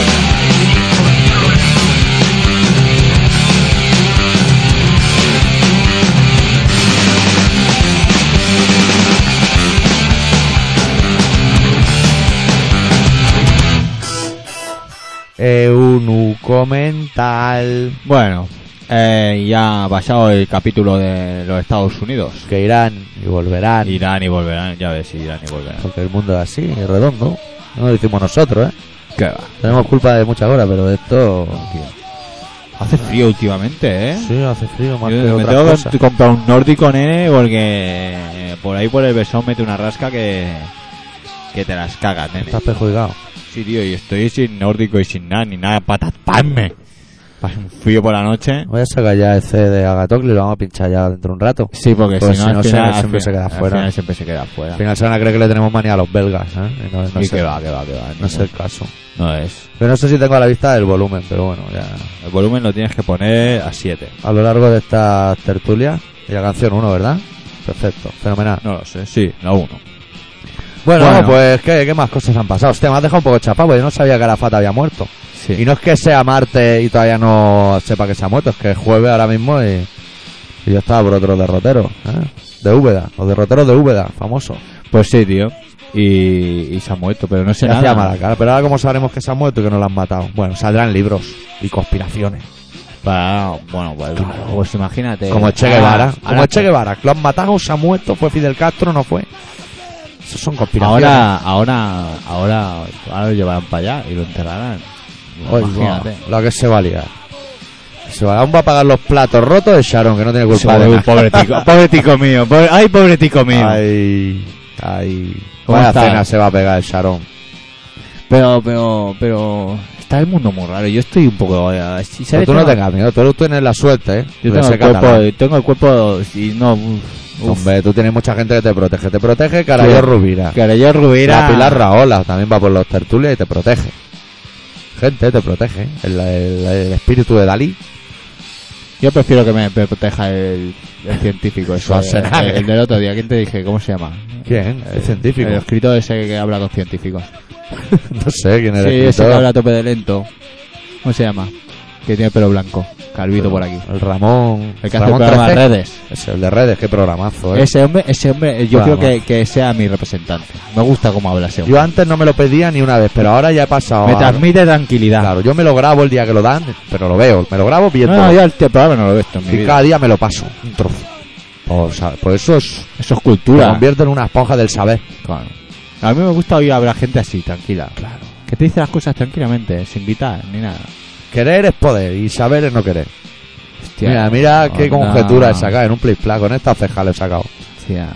Speaker 2: Eunuco mental.
Speaker 1: Bueno, eh, ya ha pasado el capítulo de los Estados Unidos.
Speaker 2: Que irán y volverán.
Speaker 1: Irán y volverán, ya ves, irán y volverán.
Speaker 2: Porque el mundo es así, es redondo. No lo decimos nosotros, ¿eh?
Speaker 1: ¿Qué va?
Speaker 2: Tenemos culpa de muchas horas, pero de esto...
Speaker 1: Hace frío últimamente, ¿eh?
Speaker 2: Sí, hace frío más que
Speaker 1: Yo me
Speaker 2: otras
Speaker 1: tengo
Speaker 2: cosas.
Speaker 1: que comprar un nórdico, nene, porque eh, por ahí por el besón mete una rasca que, que te las cagas, nene.
Speaker 2: Estás perjudicado.
Speaker 1: Sí, tío, y estoy sin nórdico y sin nada, ni nada para taparme. Pasa un frío por la noche.
Speaker 2: Voy a sacar ya el CD de Agatocle y lo vamos a pinchar ya dentro de un rato.
Speaker 1: Sí, porque
Speaker 2: Pues
Speaker 1: si
Speaker 2: si
Speaker 1: no,
Speaker 2: no,
Speaker 1: al
Speaker 2: se-
Speaker 1: final-
Speaker 2: siempre
Speaker 1: al
Speaker 2: se queda
Speaker 1: final-
Speaker 2: fuera.
Speaker 1: al final siempre se queda
Speaker 2: Al
Speaker 1: fuera.
Speaker 2: final se van a creer que le tenemos manía a los belgas, ¿eh? Y no, no
Speaker 1: y
Speaker 2: sé-
Speaker 1: que va, que va, que va.
Speaker 2: no es el caso.
Speaker 1: no es.
Speaker 2: Pero no sé si tengo a la vista el volumen, pero bueno, ya.
Speaker 1: El volumen lo tienes que poner a 7.
Speaker 2: A lo largo de esta tertulia, y la canción 1, ¿verdad? Perfecto, fenomenal.
Speaker 1: No lo sé, sí, la 1.
Speaker 2: Bueno,
Speaker 1: Bueno.
Speaker 2: pues, ¿qué, qué más cosas han pasado? Hostia, me has dejado un poco chapado, porque yo no sabía que Arafat había muerto.
Speaker 1: Sí.
Speaker 2: Y no es que sea martes y todavía no sepa que se ha muerto, es que es jueves ahora mismo y, y yo estaba por otro derrotero, ¿eh? De Úbeda, los derroteros de Úbeda, famoso.
Speaker 1: Pues sí, tío. Y, y se ha muerto, pero no sé
Speaker 2: Se hacía mala
Speaker 1: nada.
Speaker 2: cara, pero ahora cómo sabremos que se ha muerto y que no lo han matado. Bueno, saldrán libros y conspiraciones.
Speaker 1: Para, bueno, pues,
Speaker 2: Claro.
Speaker 1: pues imagínate.
Speaker 2: Como Che
Speaker 1: Ahora-
Speaker 2: Guevara, como
Speaker 1: ahora-
Speaker 2: Che Guevara, lo han matado, se ha muerto, fue Fidel Castro, no fue. Eso son conspiraciones.
Speaker 1: Ahora, ahora, ahora, ahora lo llevarán para allá y lo enterrarán.
Speaker 2: Oy,
Speaker 1: Imagínate.
Speaker 2: buah, la que se va a liar. Se va, aún va a pagar los platos rotos de Sharon, que no tiene culpa de
Speaker 1: Pobre,
Speaker 2: nada.
Speaker 1: pobre tico, pobre tico mío. pobre- ay, pobre tico mío.
Speaker 2: Ay, ay.
Speaker 1: ¿Cómo
Speaker 2: Vaya
Speaker 1: está?
Speaker 2: cena se va a pegar el Sharon.
Speaker 1: Pero, pero, pero. Está el mundo muy raro. Yo estoy un poco. eh, si
Speaker 2: Pero
Speaker 1: sabes,
Speaker 2: Pues tú no
Speaker 1: tengo-
Speaker 2: tengas miedo, tú tienes la suerte, ¿eh? de
Speaker 1: Yo tengo
Speaker 2: ser
Speaker 1: el, cuerpo,
Speaker 2: catalán.
Speaker 1: tengo el cuerpo. Si no. uf, uf.
Speaker 2: Hombre, tú tienes mucha gente que te protege. Te protege Carayo
Speaker 1: Sí.
Speaker 2: Rubira.
Speaker 1: Carayó Rubira.
Speaker 2: La Pilar Raola también va por los tertulios y te protege. Gente, te protege. El, el- el espíritu de Dalí.
Speaker 1: Yo prefiero que me me proteja el, el científico. ese, el,
Speaker 2: Schwarzenegger.
Speaker 1: el del otro día. ¿Quién te dije? ¿Cómo se llama?
Speaker 2: ¿Quién? El científico.
Speaker 1: El escritor ese que habla con científicos.
Speaker 2: No sé quién era
Speaker 1: Sí,
Speaker 2: el
Speaker 1: ese que
Speaker 2: escritor.
Speaker 1: habla a tope de lento. ¿Cómo se llama? Que tiene pelo blanco. Calvito por aquí.
Speaker 2: El Ramón.
Speaker 1: El que hace el
Speaker 2: Ramón
Speaker 1: programa de
Speaker 2: 13.
Speaker 1: redes.
Speaker 2: Es el de redes, qué programazo, ¿eh?
Speaker 1: Ese hombre, ese hombre, eh, yo
Speaker 2: Vamos.
Speaker 1: creo que, que sea mi representante. Me gusta cómo habla ese hombre.
Speaker 2: Yo antes no me lo pedía ni una vez, pero ahora ya he pasado.
Speaker 1: Me
Speaker 2: a-
Speaker 1: transmite tranquilidad.
Speaker 2: Claro, yo me lo grabo el día que lo dan, pero lo veo. Me lo grabo viendo.
Speaker 1: No, yo el te- programa no lo he visto en mi
Speaker 2: y
Speaker 1: vida.
Speaker 2: cada día me lo paso. Un trozo. Por, sa- por eso es,
Speaker 1: Eso es
Speaker 2: me
Speaker 1: cultura.
Speaker 2: convierto en una esponja del saber.
Speaker 1: Claro. A mí me gusta oír hablar gente así, tranquila. Claro. Que te dice las cosas tranquilamente, sin gritar ni nada.
Speaker 2: Querer es poder y saber es no querer.
Speaker 1: Hostia.
Speaker 2: mira, mira
Speaker 1: no,
Speaker 2: qué
Speaker 1: no.
Speaker 2: conjetura he sacado en un play play. Con esta ceja lo he sacado.
Speaker 1: Hostia.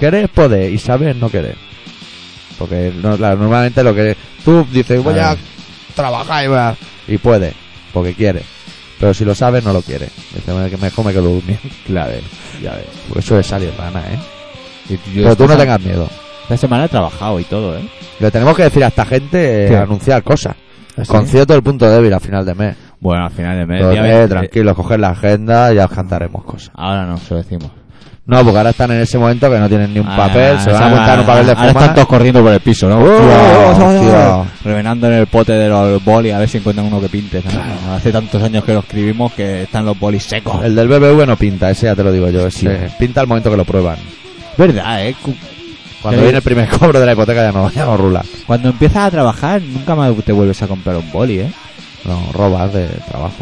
Speaker 2: Querer es poder y saber es no querer. Porque no- la- normalmente lo que tú dices, voy a,
Speaker 1: Claro.
Speaker 2: trabajar y, voy a- y puedes, porque quieres. Pero si lo sabes, no lo quieres. Dices, "Bueno, que mejor me quedo durmiendo.
Speaker 1: Claro, ya ves.
Speaker 2: Porque eso es salir rana, ¿eh?
Speaker 1: Y yo
Speaker 2: Pero tú no
Speaker 1: esta-
Speaker 2: tengas miedo.
Speaker 1: Esta semana he trabajado y todo, ¿eh?
Speaker 2: Le tenemos que decir a esta gente eh,
Speaker 1: ¿Qué? ¿Ah,
Speaker 2: anunciar cosas.
Speaker 1: ¿Así?
Speaker 2: Concierto del punto débil a final de mes.
Speaker 1: Bueno, al final de mes.
Speaker 2: ¿Ah, Pero,
Speaker 1: ya
Speaker 2: eh,
Speaker 1: ves, eh,
Speaker 2: tranquilo, coger la agenda y ya os cantaremos cosas.
Speaker 1: Ahora no, se lo decimos.
Speaker 2: No, porque ahora están en ese momento que no tienen ni un
Speaker 1: Ah,
Speaker 2: papel, se van a
Speaker 1: ahora-
Speaker 2: montar un papel de Oh,
Speaker 1: Ahora están
Speaker 2: fumar.
Speaker 1: todos corriendo por el piso, ¿no?
Speaker 2: Hostia,
Speaker 1: Hostia,
Speaker 2: hostia.
Speaker 1: Revenando en el pote de los bolis a ver si encuentran uno que pinte. ¿sabes? Hace tantos años que lo escribimos que están los bolis secos.
Speaker 2: (laughs) El del BBV no pinta, ese ya te lo digo yo. ese Pinta al momento que lo prueban.
Speaker 1: Verdad, ¿eh? Cu-
Speaker 2: Cuando
Speaker 1: Sí.
Speaker 2: viene el primer (laughs) cobro de la hipoteca ya no, ya no rula.
Speaker 1: Cuando empiezas a trabajar nunca más te vuelves a comprar un boli, ¿eh?
Speaker 2: No, robas de
Speaker 1: (laughs)
Speaker 2: trabajo.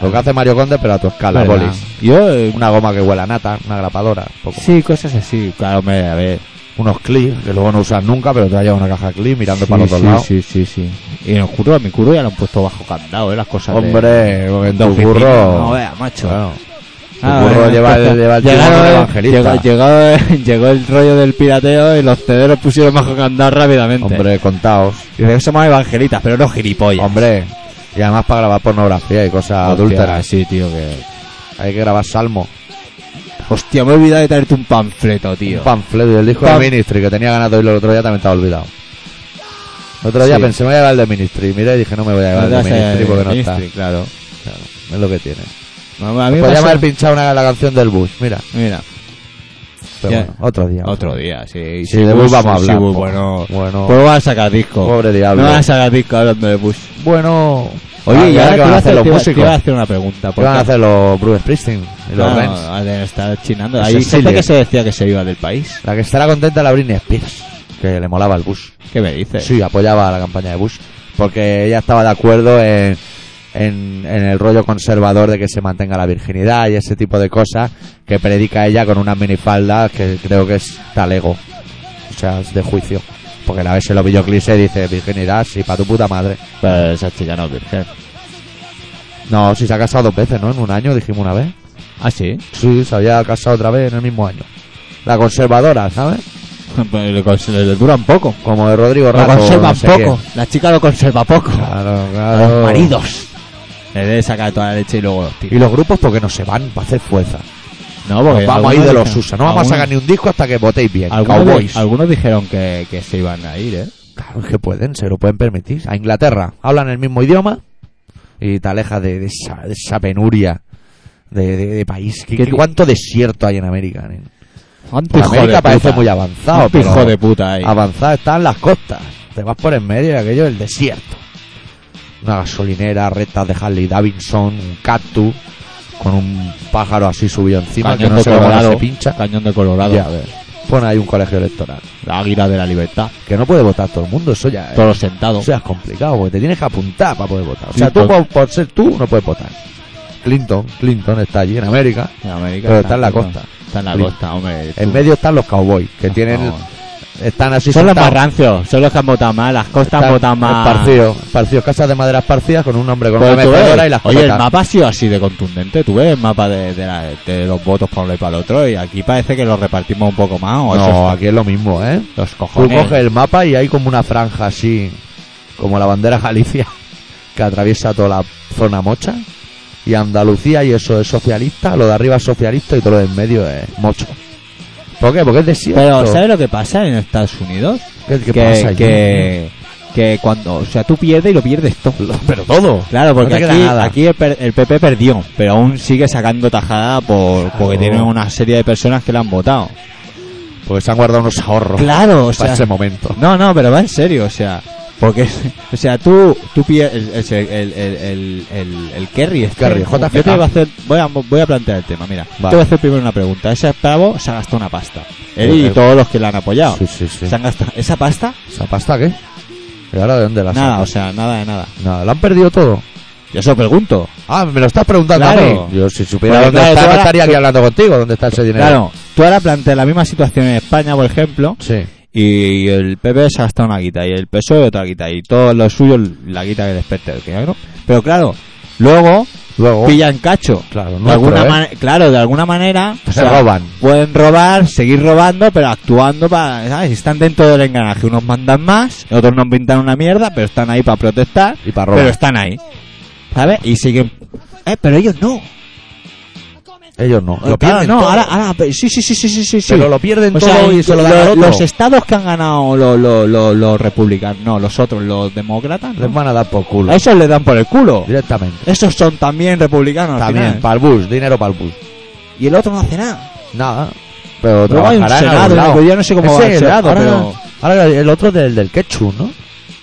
Speaker 2: Lo que hace Mario Conde, pero a tu escala,
Speaker 1: Verdad.
Speaker 2: bolis.
Speaker 1: Yo... eh,
Speaker 2: Una goma que huela a nata, una grapadora, un poco.
Speaker 1: Sí, cosas así. Claro, hombre, a ver.
Speaker 2: unos clips que luego no usas nunca, pero te ha llevado una caja de clips mirando
Speaker 1: Sí,
Speaker 2: para los dos
Speaker 1: sí,
Speaker 2: lados.
Speaker 1: sí, sí, sí. Y en el curro, en mi curro ya lo han puesto bajo candado, ¿eh? Las cosas de-
Speaker 2: Hombre, porque en
Speaker 1: de
Speaker 2: tu
Speaker 1: oficina.
Speaker 2: curro.
Speaker 1: No, vea, macho.
Speaker 2: Claro. Tu
Speaker 1: Ah,
Speaker 2: curro
Speaker 1: bueno.
Speaker 2: lleva el, lleva el timón
Speaker 1: Llegaron-
Speaker 2: del evangelista.
Speaker 1: Llegó, llegó- (laughs) llegó el rollo del pirateo y los cederos pusieron bajo candado rápidamente.
Speaker 2: Hombre, contaos.
Speaker 1: Y de que somos evangelistas, pero no gilipollas.
Speaker 2: Hombre. Y además para grabar pornografía y cosas
Speaker 1: Hostia,
Speaker 2: adúlteras.
Speaker 1: Sí, tío, que.
Speaker 2: Hay que grabar salmo.
Speaker 1: Hostia, me he olvidado de traerte un panfleto, tío.
Speaker 2: Un panfleto del disco
Speaker 1: Pam-
Speaker 2: de Ministry que tenía ganas de oírlo el otro día, también estaba olvidado. El otro día
Speaker 1: Sí.
Speaker 2: pensé, me voy a llevar el de Ministry. Mira, y dije, no me voy a llevar
Speaker 1: No te
Speaker 2: el
Speaker 1: vas
Speaker 2: de
Speaker 1: a
Speaker 2: Ministry porque no
Speaker 1: Ministry,
Speaker 2: está.
Speaker 1: Claro.
Speaker 2: Claro, es lo que tiene.
Speaker 1: No, a mí me
Speaker 2: Podría
Speaker 1: pasó-
Speaker 2: haber pinchado una, la canción del Bush, mira.
Speaker 1: Mira,
Speaker 2: Pero
Speaker 1: Ya.
Speaker 2: bueno, otro día.
Speaker 1: otro día, sí.
Speaker 2: Sí, de Bush vamos a
Speaker 1: sí,
Speaker 2: hablar.
Speaker 1: Bush,
Speaker 2: po.
Speaker 1: bueno.
Speaker 2: bueno.
Speaker 1: Pues van a sacar disco.
Speaker 2: Pobre diablo.
Speaker 1: No van a sacar disco hablando de Bush.
Speaker 2: Bueno.
Speaker 1: Oye,
Speaker 2: Ah,
Speaker 1: y
Speaker 2: ya
Speaker 1: ahora
Speaker 2: Ah, que van
Speaker 1: te iba
Speaker 2: a
Speaker 1: a
Speaker 2: hacer
Speaker 1: hacer-
Speaker 2: los
Speaker 1: te iba-
Speaker 2: músicos.
Speaker 1: Te iba a hacer una pregunta.
Speaker 2: ¿Qué
Speaker 1: ¿por
Speaker 2: van a
Speaker 1: qué?
Speaker 2: hacer los Bruce Springsteen y los
Speaker 1: No,
Speaker 2: Rens?
Speaker 1: a ver, está chinando.
Speaker 2: Los
Speaker 1: Hay gente
Speaker 2: Sicilian.
Speaker 1: que se decía que se iba del país.
Speaker 2: La que estará contenta es la Britney Spears, que le molaba el Bush.
Speaker 1: ¿Qué me dices?
Speaker 2: Sí, apoyaba la campaña de Bush, porque ella estaba de acuerdo en, en, en el rollo conservador de que se mantenga la virginidad y ese tipo de cosas que predica ella con una minifalda que creo que es talego, o sea, es de juicio. Porque la vez en los videoclips se dice virginidad, sí, pa' tu puta madre.
Speaker 1: Pero Pues esa chica no es virgen.
Speaker 2: No, si se ha casado dos veces, ¿no? En un año, dijimos una vez.
Speaker 1: Ah, sí.
Speaker 2: Sí, se había casado otra vez en el mismo año. La conservadora, ¿sabes?
Speaker 1: (laughs) Pues le, cons- le duran poco.
Speaker 2: Como de Rodrigo
Speaker 1: Lo
Speaker 2: Rato.
Speaker 1: conservan
Speaker 2: no sé
Speaker 1: poco.
Speaker 2: quién.
Speaker 1: La chica lo conserva poco.
Speaker 2: Claro,
Speaker 1: A
Speaker 2: claro.
Speaker 1: los maridos. Le debe sacar toda la leche y luego los
Speaker 2: Y
Speaker 1: tira.
Speaker 2: los grupos porque no se van para hacer fuerza.
Speaker 1: No,
Speaker 2: Nos vamos a ir
Speaker 1: Pues, algunos
Speaker 2: de los
Speaker 1: dijeron-
Speaker 2: Susa. No vamos a
Speaker 1: algunos-
Speaker 2: sacar ni un disco hasta que votéis bien.
Speaker 1: algunos,
Speaker 2: Cowboys.
Speaker 1: di- algunos dijeron que, que se iban a ir, ¿eh?
Speaker 2: Claro, es que pueden, se lo pueden permitir. A Inglaterra hablan el mismo idioma y te alejas de, de esa, de esa penuria de, de- de país. ¿Qué,
Speaker 1: ¿Qué
Speaker 2: qué-
Speaker 1: tú-
Speaker 2: cuánto desierto hay en América? nen?
Speaker 1: Hijo
Speaker 2: Pues América
Speaker 1: de
Speaker 2: parece
Speaker 1: puta.
Speaker 2: muy avanzado,
Speaker 1: Un
Speaker 2: pero
Speaker 1: hijo de puta ahí.
Speaker 2: avanzado están las costas. Te vas por en medio de aquello del desierto. Una gasolinera, rectas de Harley Davidson, un cactus con un pájaro así subido encima que
Speaker 1: Cañón
Speaker 2: no
Speaker 1: de
Speaker 2: se lo
Speaker 1: Colorado.
Speaker 2: se pincha.
Speaker 1: Cañón de Colorado.
Speaker 2: Ya ves. Pon ahí un colegio electoral.
Speaker 1: La águila de la libertad.
Speaker 2: Que no puede votar todo el mundo, eso ya es.
Speaker 1: Todos sentados.
Speaker 2: O sea, es complicado, porque te tienes que apuntar para poder votar. O
Speaker 1: Sí,
Speaker 2: sea, tú
Speaker 1: por-
Speaker 2: por, por ser tú no puedes votar. Clinton, Clinton está allí en América.
Speaker 1: En América
Speaker 2: Pero está en la
Speaker 1: tío.
Speaker 2: costa.
Speaker 1: Está en la
Speaker 2: Sí.
Speaker 1: costa, hombre.
Speaker 2: En
Speaker 1: tú.
Speaker 2: medio están los cowboys, que tienen.
Speaker 1: No.
Speaker 2: Están así
Speaker 1: Son los más
Speaker 2: sentados,
Speaker 1: rancios. Son los que han votado más. Las costas
Speaker 2: están
Speaker 1: han votado más.
Speaker 2: Esparcidos, esparcidos, casas de madera esparcidas con un hombre con
Speaker 1: Pero
Speaker 2: una
Speaker 1: Pues tú ves,
Speaker 2: mecedora y las
Speaker 1: Oye, el
Speaker 2: cosas.
Speaker 1: mapa ha sido así de contundente. Tú ves el mapa de, de la- de los votos para uno y para el otro. Y aquí parece que los repartimos un poco más. O
Speaker 2: No,
Speaker 1: eso
Speaker 2: aquí es lo mismo, ¿eh?
Speaker 1: es- los
Speaker 2: Tú
Speaker 1: cojones.
Speaker 2: coges el mapa y hay como una franja así, como la bandera Galicia, (laughs) que atraviesa toda la zona mocha. Y Andalucía y eso es socialista, lo de arriba es socialista y todo lo de en medio es mocho. ¿Por qué? Porque es desierto.
Speaker 1: Pero, ¿sabes lo que pasa en Estados Unidos?
Speaker 2: ¿Qué, qué
Speaker 1: que,
Speaker 2: pasa allí?
Speaker 1: que, que cuando. O sea, tú pierdes y lo pierdes todo.
Speaker 2: Pero todo.
Speaker 1: Claro, porque
Speaker 2: No te queda
Speaker 1: aquí,
Speaker 2: nada.
Speaker 1: aquí el, per- el PP perdió, pero aún sigue sacando tajada por, porque
Speaker 2: Claro.
Speaker 1: tiene una serie de personas que le han votado.
Speaker 2: Porque se han guardado unos ahorros
Speaker 1: Claro, o
Speaker 2: para
Speaker 1: sea,
Speaker 2: ese momento.
Speaker 1: no, no, pero va en serio, o sea, porque, (laughs) o sea, tú, tú pie- el, el, el, el, el, el- el Kerry, este,
Speaker 2: Kerry, JFK.
Speaker 1: yo te iba a hacer, voy a, voy a plantear el tema, mira,
Speaker 2: Vale.
Speaker 1: te voy a hacer primero una pregunta, ese pavo se ha gastado una pasta, él y
Speaker 2: Eh,
Speaker 1: todos los que le han apoyado,
Speaker 2: Sí, sí, sí.
Speaker 1: se han gastado, esa pasta,
Speaker 2: ¿Esa pasta qué? ¿Y ahora de dónde la
Speaker 1: nada, o
Speaker 2: sacas?
Speaker 1: sea, nada de nada,
Speaker 2: Nada, ¿la han perdido todo?
Speaker 1: yo eso pregunto,
Speaker 2: Ah, me lo estás preguntando
Speaker 1: Claro.
Speaker 2: a mí. Yo si supiera
Speaker 1: Porque,
Speaker 2: dónde
Speaker 1: claro,
Speaker 2: está,
Speaker 1: tú
Speaker 2: no
Speaker 1: ahora-
Speaker 2: estaría aquí hablando contigo. ¿Dónde está ese dinero?
Speaker 1: claro, tú ahora planteas la misma situación en España, por ejemplo,
Speaker 2: Sí.
Speaker 1: y el PP se ha gastado una guita y el PSOE otra guita y todos los suyos la guita que desperte el que ¿no? pero claro luego
Speaker 2: Luego.
Speaker 1: pillan cacho
Speaker 2: Claro,
Speaker 1: de
Speaker 2: Oh. nuestro,
Speaker 1: alguna
Speaker 2: ¿eh? (laughs)
Speaker 1: man- claro de alguna manera o
Speaker 2: Se
Speaker 1: sea,
Speaker 2: roban.
Speaker 1: pueden robar seguir robando pero actuando para ¿sabes? están dentro del engranaje unos mandan más otros no pintan una mierda pero están ahí para protestar
Speaker 2: Y para
Speaker 1: pero
Speaker 2: robar.
Speaker 1: están ahí ¿sabes? y siguen eh, pero ellos no
Speaker 2: Ellos no.
Speaker 1: Claro,
Speaker 2: Lo pierden
Speaker 1: Ah, no
Speaker 2: todo.
Speaker 1: ahora, ahora pero sí sí sí sí sí sí sí.
Speaker 2: Pero lo pierden
Speaker 1: O
Speaker 2: todo
Speaker 1: sea,
Speaker 2: y se lo dan
Speaker 1: lo-
Speaker 2: al otro.
Speaker 1: los estados que han ganado los los- los- los republicanos, no, los otros, los demócratas,
Speaker 2: Les
Speaker 1: ¿no?
Speaker 2: van a dar por culo.
Speaker 1: a esos le dan por el culo.
Speaker 2: Directamente.
Speaker 1: Esos son también republicanos. al
Speaker 2: También.
Speaker 1: final.
Speaker 2: Para el bus. Dinero para el bus.
Speaker 1: Y el otro no hace nada.
Speaker 2: Nada. Pero
Speaker 1: Luego hay un
Speaker 2: trabajarán en algún
Speaker 1: Senado,
Speaker 2: lado.
Speaker 1: que yo no sé cómo
Speaker 2: Ese
Speaker 1: va el
Speaker 2: es
Speaker 1: Senado,
Speaker 2: ahora,
Speaker 1: pero-
Speaker 2: ahora el otro es del, del ketchup, ¿no?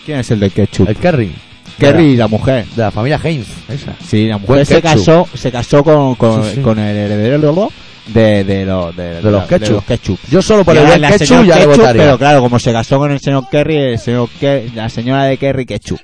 Speaker 1: ¿Quién es el de Ketchup?
Speaker 2: El Kerry.
Speaker 1: Kerry y la mujer.
Speaker 2: De la familia Haynes. Esa.
Speaker 1: Sí, la mujer
Speaker 2: Buen
Speaker 1: se
Speaker 2: Ketchup.
Speaker 1: casó, se casó con, con,
Speaker 2: Sí, sí.
Speaker 1: con el heredero de, de, los- de,
Speaker 2: De los
Speaker 1: de
Speaker 2: Ketchup.
Speaker 1: Ketchup.
Speaker 2: Yo solo por
Speaker 1: Y
Speaker 2: el
Speaker 1: ahora
Speaker 2: del
Speaker 1: la
Speaker 2: ketchup
Speaker 1: señora
Speaker 2: ya le
Speaker 1: Ketchup,
Speaker 2: votaría.
Speaker 1: Pero claro, como se casó con el señor Kerry, el señor Ke- la señora de Kerry Ketchup.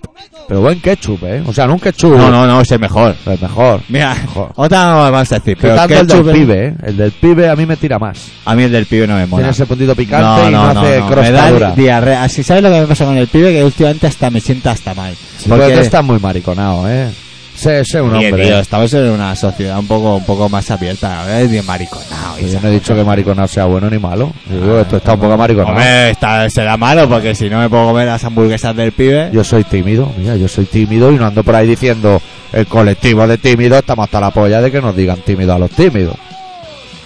Speaker 2: Pero buen ketchup, ¿eh? O sea, no un ketchup.
Speaker 1: No, no, no, es el mejor.
Speaker 2: Pero mejor.
Speaker 1: Mira,
Speaker 2: Joder.
Speaker 1: otra no me vas a decir, pero
Speaker 2: Quitando el
Speaker 1: ketchup
Speaker 2: del pibe, ¿eh? El del pibe a mí me tira más.
Speaker 1: A mí el del pibe no me mola.
Speaker 2: Tiene ese puntito picante y no, hace
Speaker 1: me da
Speaker 2: crostadura.
Speaker 1: diarrea. Si sabes lo que me pasa con el pibe, que últimamente hasta me sienta hasta mal.
Speaker 2: Porque tú estás muy mariconado, ¿eh? Sé, sé un
Speaker 1: Oye,
Speaker 2: hombre. ¿eh?
Speaker 1: tío, estamos en una sociedad un poco, un poco más abierta, ¿verdad? Es bien mariconado. y
Speaker 2: Yo
Speaker 1: esas
Speaker 2: no he dicho que mariconado sea bueno ni malo. Yo digo, esto está un poco
Speaker 1: cosas.
Speaker 2: mariconado.
Speaker 1: Hombre, está- será malo porque si no me puedo comer las hamburguesas del pibe.
Speaker 2: Yo soy tímido, mira, yo soy tímido y no ando por ahí diciendo el colectivo de tímidos estamos hasta la polla de que nos digan tímido a los tímidos.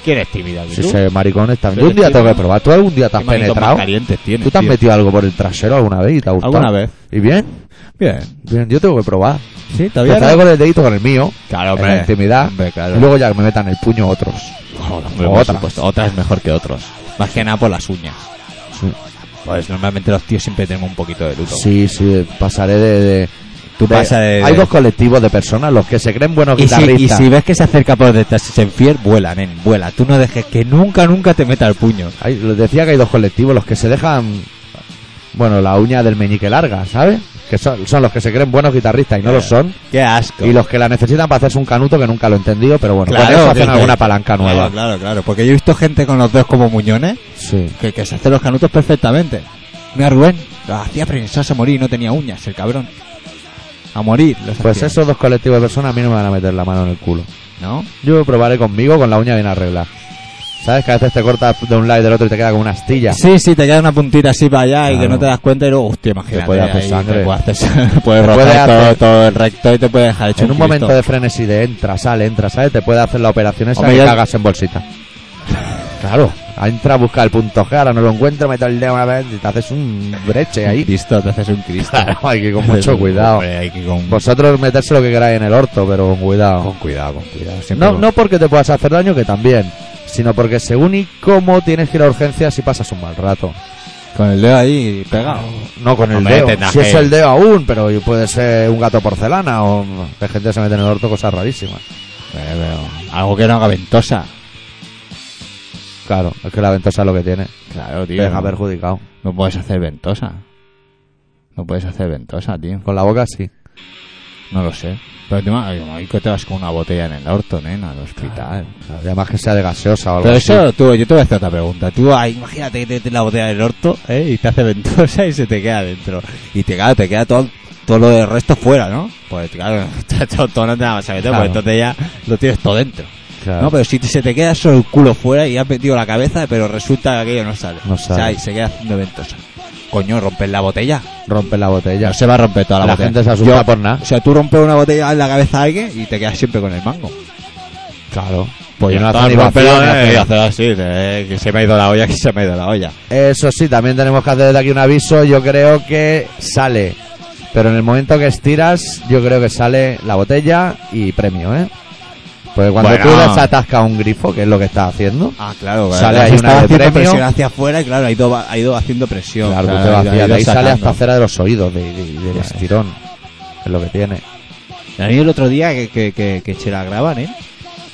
Speaker 1: ¿Quién es tímido aquí?
Speaker 2: Si
Speaker 1: tú?
Speaker 2: ese maricón está.
Speaker 1: Pero
Speaker 2: Yo un día
Speaker 1: tímido.
Speaker 2: tengo que probar. ¿Tú algún día te has
Speaker 1: ¿Qué manitos más
Speaker 2: penetrado?
Speaker 1: calientes tienes,
Speaker 2: ¿Tú te has
Speaker 1: tío?
Speaker 2: metido algo por el trasero alguna vez y te ha gustado?
Speaker 1: ¿Alguna vez?
Speaker 2: ¿Y bien?
Speaker 1: Bien.
Speaker 2: Bien, yo tengo que probar.
Speaker 1: Sí,
Speaker 2: Te
Speaker 1: todavía no?
Speaker 2: traigo con el dedito con el mío,
Speaker 1: Claro,
Speaker 2: en
Speaker 1: hombre.
Speaker 2: la intimidad,
Speaker 1: Hombre, claro.
Speaker 2: y luego ya que me metan el puño otros.
Speaker 1: Hombre,
Speaker 2: O
Speaker 1: por
Speaker 2: otra.
Speaker 1: supuesto, otra es mejor que otros. Más que nada por las uñas.
Speaker 2: Sí.
Speaker 1: Pues normalmente los tíos siempre tenemos un poquito de luto.
Speaker 2: Sí, sí, pasaré de... de-
Speaker 1: Tú
Speaker 2: de-
Speaker 1: pasa de-
Speaker 2: Hay
Speaker 1: de-
Speaker 2: dos colectivos de personas, los que se creen buenos
Speaker 1: Y si, y
Speaker 2: guitarristas.
Speaker 1: si ves que se acerca por detrás y se enfier, vuela, nen, vuela. Tú no dejes que nunca, nunca te meta el puño.
Speaker 2: Hay- les decía que hay dos colectivos, los que se dejan, bueno, la uña del meñique larga, ¿sabes? Que son, son los que se creen buenos guitarristas y no lo son.
Speaker 1: Qué asco.
Speaker 2: Y los que la necesitan para hacerse un canuto que nunca lo he entendido, pero bueno, con eso hacen
Speaker 1: tío,
Speaker 2: alguna
Speaker 1: que-
Speaker 2: palanca
Speaker 1: claro,
Speaker 2: nueva.
Speaker 1: Claro, claro. Porque yo he visto gente con los dedos como muñones
Speaker 2: Sí.
Speaker 1: que, que se hace los canutos perfectamente. Mira, Rubén, lo hacía prensarse a morir y no tenía uñas, el cabrón. A morir, los
Speaker 2: Pues
Speaker 1: hacía.
Speaker 2: esos dos colectivos de personas a mí no me van a meter la mano en el culo.
Speaker 1: ¿No?
Speaker 2: Yo probaré conmigo con la uña bien arreglada. ¿Sabes? Que a veces te cortas de un lado y del otro y te queda como una astilla.
Speaker 1: Sí, sí, te queda una puntita así para allá y que
Speaker 2: Claro.
Speaker 1: no te das cuenta y luego, hostia, imagínate.
Speaker 2: Te puede hacer
Speaker 1: ahí,
Speaker 2: sangre.
Speaker 1: Te puede
Speaker 2: (laughs)
Speaker 1: hacer sangre, puede
Speaker 2: Te
Speaker 1: rotar
Speaker 2: puede
Speaker 1: todo,
Speaker 2: hacer-
Speaker 1: todo el recto y te puede dejar hecho
Speaker 2: En un
Speaker 1: Cristo.
Speaker 2: momento de frenesí de entra, sale, entra, sale, te puede hacer la operación esa
Speaker 1: Hombre,
Speaker 2: que
Speaker 1: ya-
Speaker 2: cagas en bolsita. Claro, entra a buscar el punto G, ahora no lo encuentro, meto el dedo una vez y te haces un breche
Speaker 1: Un
Speaker 2: ahí.
Speaker 1: Cristo, te haces un Cristo.
Speaker 2: Claro, hay que
Speaker 1: (laughs)
Speaker 2: ir con
Speaker 1: Haces
Speaker 2: mucho
Speaker 1: un-
Speaker 2: cuidado.
Speaker 1: Hombre, hay que ir con,
Speaker 2: Vosotros meterse lo que queráis en el orto, pero con
Speaker 1: con
Speaker 2: cuidado.
Speaker 1: cuidado, con cuidado. siempre
Speaker 2: No,
Speaker 1: con-
Speaker 2: no porque te puedas hacer daño, que también, sino porque según y cómo tienes que ir a urgencias si pasas un mal rato.
Speaker 1: Con el dedo ahí pegado.
Speaker 2: No con el
Speaker 1: Hombre,
Speaker 2: dedo.
Speaker 1: te tajé.
Speaker 2: Si es el dedo aún, pero puede ser un gato porcelana o la gente se mete en el orto cosas rarísimas.
Speaker 1: Pero- pero algo que no haga ventosa.
Speaker 2: Claro, es que la ventosa es lo que tiene.
Speaker 1: Claro,
Speaker 2: Te
Speaker 1: tío.
Speaker 2: deja perjudicado.
Speaker 1: No puedes hacer ventosa. No puedes hacer ventosa, tío.
Speaker 2: Con la boca sí.
Speaker 1: No lo sé. Pero te imag- que te vas con una botella en el orto, nena, al hospital.
Speaker 2: Y Además que sea de gaseosa o algo
Speaker 1: Pero
Speaker 2: así.
Speaker 1: eso, tú, yo te voy a hacer otra pregunta. Tú, ay, imagínate que te metes la botella del orto ¿eh? y te hace ventosa y se te queda dentro. Y te, claro, te queda todo, todo lo del resto fuera, ¿no? Pues claro, (laughs) todo, todo no te la vas a meter,
Speaker 2: Claro.
Speaker 1: porque entonces ya lo tienes todo dentro.
Speaker 2: Claro.
Speaker 1: No, pero si te- se te queda solo el culo fuera y has metido la cabeza, pero resulta que aquello no sale.
Speaker 2: No sale.
Speaker 1: O sea, y se queda haciendo ventosa. Coño, romper la botella.
Speaker 2: Rompe la botella.
Speaker 1: No se va a romper toda la,
Speaker 2: la
Speaker 1: botella.
Speaker 2: gente se asusta
Speaker 1: Yo-
Speaker 2: por nada.
Speaker 1: O sea, tú rompes una botella en la cabeza a alguien y te quedas siempre con el mango.
Speaker 2: Claro.
Speaker 1: Pues
Speaker 2: Y
Speaker 1: yo no
Speaker 2: no
Speaker 1: hace
Speaker 2: hace
Speaker 1: ni
Speaker 2: ni
Speaker 1: papel,
Speaker 2: vacío, ni
Speaker 1: eh,
Speaker 2: hace-
Speaker 1: (laughs) hacer así, eh, que se me ha ido la olla, que se me ha ido la olla.
Speaker 2: Eso sí, también tenemos que hacer desde aquí un aviso. Yo creo que sale. Pero en el momento que estiras, yo creo que sale la botella y premio, ¿eh? Pues cuando
Speaker 1: Bueno.
Speaker 2: tú desatascas un grifo, que es lo que estás haciendo,
Speaker 1: Ah, claro,
Speaker 2: claro.
Speaker 1: Sale ahí
Speaker 2: Está
Speaker 1: una de
Speaker 2: haciendo
Speaker 1: premio.
Speaker 2: presión
Speaker 1: hacia afuera y claro, ha ido, ha ido haciendo presión.
Speaker 2: claro, tú te vas hacia- de ahí sale hasta cera de los oídos, de, de- del estirón. Es lo que tiene.
Speaker 1: A mí el otro día que, que, que, que se la graban, ¿eh?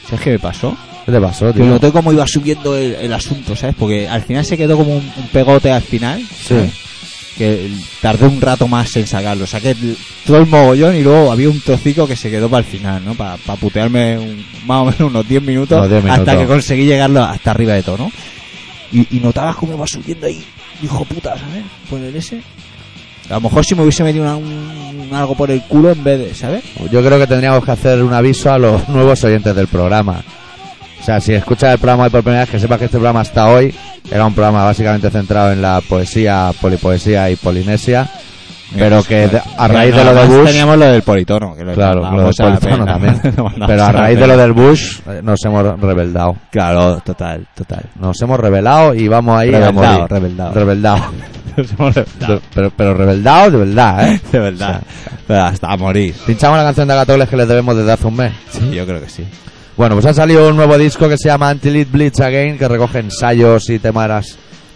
Speaker 1: ¿Sabes qué me pasó?
Speaker 2: ¿Qué te pasó,
Speaker 1: Pero
Speaker 2: tío?
Speaker 1: noté cómo iba subiendo el, el asunto, ¿sabes? Porque al final se quedó como un, un pegote al final.
Speaker 2: Sí.
Speaker 1: Que tardé un rato más en sacarlo. Saqué el- todo el mogollón y luego había un trocico que se quedó para el final, ¿no? Para putearme un- más o menos unos 10 minutos,
Speaker 2: Unos 10 minutos.
Speaker 1: hasta que conseguí llegarlo hasta arriba de todo, ¿no? Y, y notabas cómo va subiendo ahí, hijo puta, ¿sabes? Por el S. A lo mejor si me hubiese metido una- un- algo por el culo en vez de, ¿sabes?
Speaker 2: Yo creo que tendríamos que hacer un aviso a los (laughs) nuevos oyentes del programa. O sea, si escuchas el programa hoy por primera vez, que sepas que este programa hasta hoy era un programa básicamente centrado en la poesía, polipoesía y polinesia. Pero que de- a raíz de lo de
Speaker 1: pues, Además,
Speaker 2: Bush,
Speaker 1: Teníamos lo del politono. Que lo
Speaker 2: Claro,
Speaker 1: mandamos
Speaker 2: lo del
Speaker 1: a la
Speaker 2: politono
Speaker 1: pena. (laughs)
Speaker 2: también.
Speaker 1: Lo mandamos
Speaker 2: pero
Speaker 1: a
Speaker 2: a
Speaker 1: la
Speaker 2: raíz de
Speaker 1: pena.
Speaker 2: lo del Bush eh, nos hemos rebeldado.
Speaker 1: Claro, total, total.
Speaker 2: Nos hemos revelado y vamos ahí
Speaker 1: Rebeldao,
Speaker 2: a morir.
Speaker 1: rebeldao.
Speaker 2: Rebeldao.
Speaker 1: (laughs) Nos hemos revelado.
Speaker 2: (laughs) De- pero, pero rebeldao de verdad, ¿eh?
Speaker 1: De verdad. Pero hasta a morir.
Speaker 2: Pinchamos la canción de Agatoles que les debemos desde hace un mes.
Speaker 1: Sí, yo creo que sí.
Speaker 2: Bueno, pues ha salido un nuevo disco que se llama Anti-Lead Blitz Again, que recoge ensayos y temas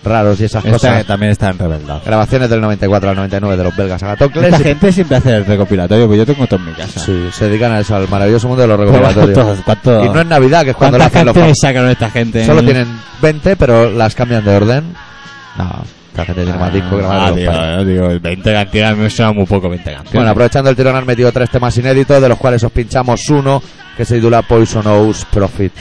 Speaker 2: raros y esas cosas.
Speaker 1: también está en rebeldado.
Speaker 2: Grabaciones del 94 al 99 de los belgas Agatocles.
Speaker 1: Esta gente siempre hace el recopilatorio, pues yo tengo todo en mi casa.
Speaker 2: Sí, se dedican a eso, al maravilloso mundo de los
Speaker 1: Pero (laughs)
Speaker 2: recopilatorios.
Speaker 1: ¿cuántos- cuántos-
Speaker 2: Y no es Navidad, que es cuando lo
Speaker 1: ¿Cuántas
Speaker 2: hacen los
Speaker 1: canciones sacaron esta gente?
Speaker 2: fans. Solo tienen 20, pero las cambian de orden. No, esta gente tiene más disco que la madre
Speaker 1: Ah,
Speaker 2: de los
Speaker 1: digo,
Speaker 2: padres.
Speaker 1: eh, digo, 20 canciones me suena muy poco 20 canciones.
Speaker 2: Bueno, aprovechando el tirón han metido tres temas inéditos, de los cuales os pinchamos uno, que se titula Poisonous Profit.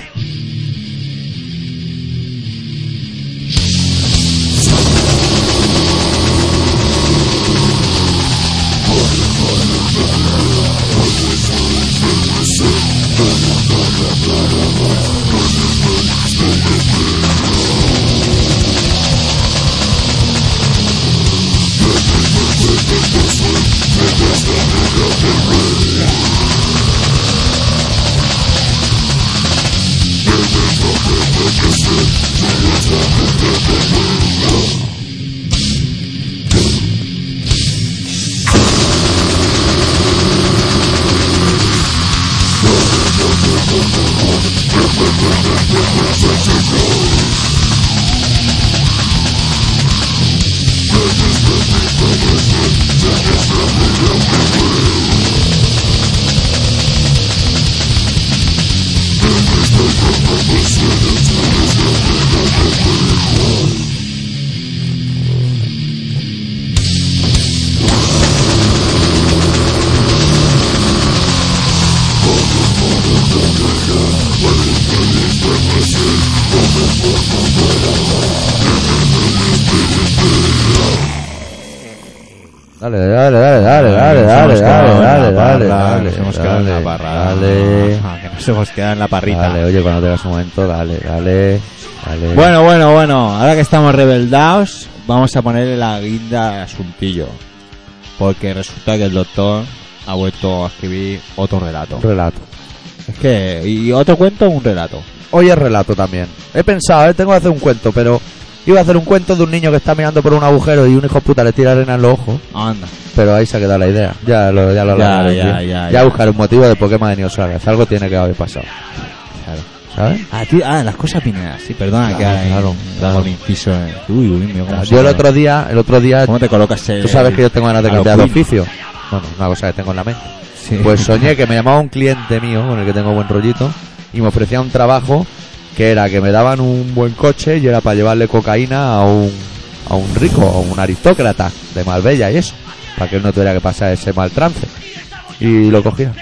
Speaker 2: Dale, dale, dale, dale, dale,
Speaker 1: Nos
Speaker 2: dale,
Speaker 1: hemos quedado
Speaker 2: dale,
Speaker 1: en la
Speaker 2: dale, dale,
Speaker 1: parra,
Speaker 2: dale.
Speaker 1: Nos hemos quedado en la Ah,
Speaker 2: dale,
Speaker 1: parra.
Speaker 2: Dale,
Speaker 1: Ajá, que nos hemos quedado en la parrita.
Speaker 2: dale, oye, cuando tengas un momento, dale, dale. Vale.
Speaker 1: Bueno, bueno, bueno. Ahora que estamos rebeldados, vamos a ponerle la guinda al asuntillo. Porque resulta que el doctor ha vuelto a escribir otro relato.
Speaker 2: relato.
Speaker 1: Es que, ¿y otro cuento o un relato?
Speaker 2: Hoy es relato también. He pensado, eh, tengo que hacer un cuento, pero iba a hacer un cuento de un niño que está mirando por un agujero y un hijo puta le tira arena en los ojos.
Speaker 1: Anda.
Speaker 2: Pero ahí se ha quedado la idea. Ya lo, ya lo
Speaker 1: Ya,
Speaker 2: hablaré,
Speaker 1: ya,
Speaker 2: tío.
Speaker 1: ya,
Speaker 2: ya,
Speaker 1: ya.
Speaker 2: buscaré un motivo de Pokémon de Neo Sagas. Algo tiene que haber pasado.
Speaker 1: Claro.
Speaker 2: ¿Sabes?
Speaker 1: Ah, tío, ah, las cosas vienen así, perdona
Speaker 2: Claro,
Speaker 1: que ahora
Speaker 2: claro,
Speaker 1: hago
Speaker 2: claro.
Speaker 1: el inciso. eh. Uy, uy, mío, cómo se
Speaker 2: Yo el
Speaker 1: pone.
Speaker 2: otro día, el otro día,
Speaker 1: ¿Cómo te colocas el-
Speaker 2: tú sabes que yo tengo ganas de
Speaker 1: a lo
Speaker 2: cambiar de
Speaker 1: Queen?
Speaker 2: oficio. Bueno, una cosa que tengo en la mente.
Speaker 1: Sí.
Speaker 2: Pues
Speaker 1: (laughs)
Speaker 2: soñé que me llamaba un cliente mío, con el que tengo buen rollito, y me ofrecía un trabajo que era que me daban un buen coche y era para llevarle cocaína a un, a un rico, a un aristócrata de Marbella y eso, para que él no tuviera que pasar ese mal trance. Y lo cogía.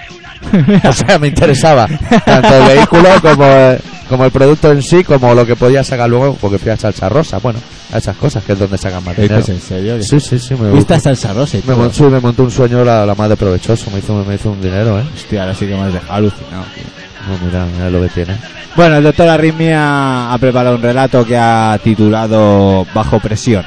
Speaker 2: O sea, me interesaba tanto el vehículo como, eh, como el producto en sí, como lo que podía sacar luego, porque fui a Salsa Rosa, bueno, a esas cosas que es donde sacan más dinero.
Speaker 1: ¿Estás en serio?
Speaker 2: Sí, sí, sí, me
Speaker 1: Fuiste
Speaker 2: gusta.
Speaker 1: a Salsa Rosa y
Speaker 2: Me,
Speaker 1: todo.
Speaker 2: mon- sí, me montó un sueño la, la más de provechoso, me hizo, me hizo un dinero, ¿eh?
Speaker 1: Hostia, ahora sí que me has dejado alucinado. tío.
Speaker 2: No, mira, mira lo que tiene.
Speaker 1: Bueno, el doctor Arritmia ha preparado un relato que ha titulado Bajo presión.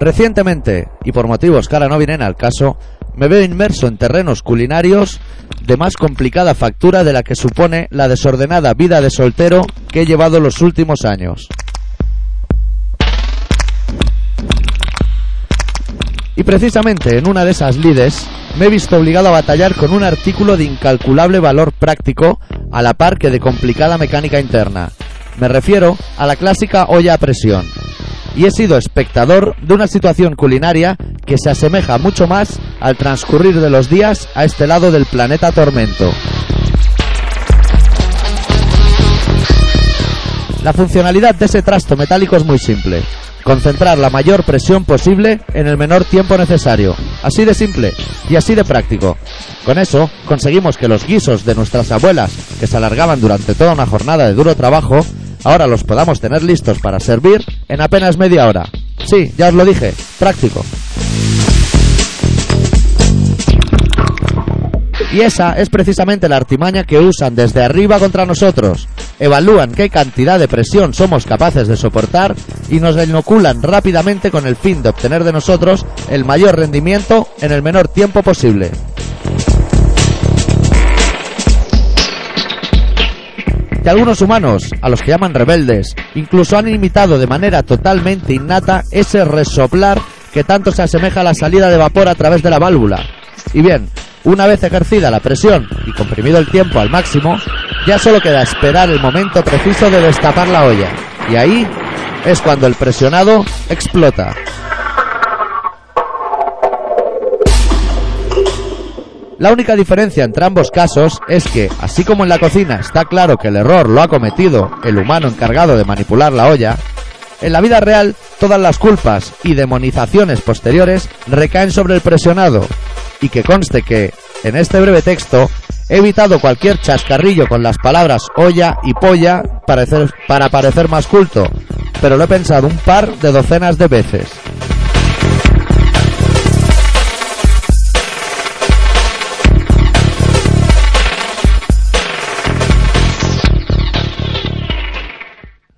Speaker 2: Recientemente, y por motivos que ahora no vienen al caso, me veo inmerso en terrenos culinarios de más complicada factura de la que supone la desordenada vida de soltero que he llevado los últimos años. Y precisamente en una de esas lides me he visto obligado a batallar con un artículo de incalculable valor práctico a la par que de complicada mecánica interna. Me refiero a la clásica olla a presión. Y he sido espectador de una situación culinaria que se asemeja mucho más al transcurrir de los días a este lado del planeta tormento. La funcionalidad de ese trasto metálico es muy simple. Concentrar la mayor presión posible en el menor tiempo necesario. Así de simple y así de práctico. Con eso conseguimos que los guisos de nuestras abuelas, que se alargaban durante toda una jornada de duro trabajo, ahora los podamos tener listos para servir en apenas media hora. Sí, ya os lo dije, práctico. Y esa es precisamente la artimaña que usan desde arriba contra nosotros. Evalúan qué cantidad de presión somos capaces de soportar y nos la inoculan rápidamente con el fin de obtener de nosotros el mayor rendimiento en el menor tiempo posible. que algunos humanos, a los que llaman rebeldes, incluso han imitado de manera totalmente innata ese resoplar que tanto se asemeja a la salida de vapor a través de la válvula. Y bien, una vez ejercida la presión y comprimido el tiempo al máximo, ya solo queda esperar el momento preciso de destapar la olla. Y ahí es cuando el presionado explota. La única diferencia entre ambos casos es que, así como en la cocina está claro que el error lo ha cometido el humano encargado de manipular la olla, en la vida real todas las culpas y demonizaciones posteriores recaen sobre el presionado. Y que conste que, en este breve texto, he evitado cualquier chascarrillo con las palabras olla y polla parecer- para parecer más culto, pero lo he pensado un par de docenas de veces.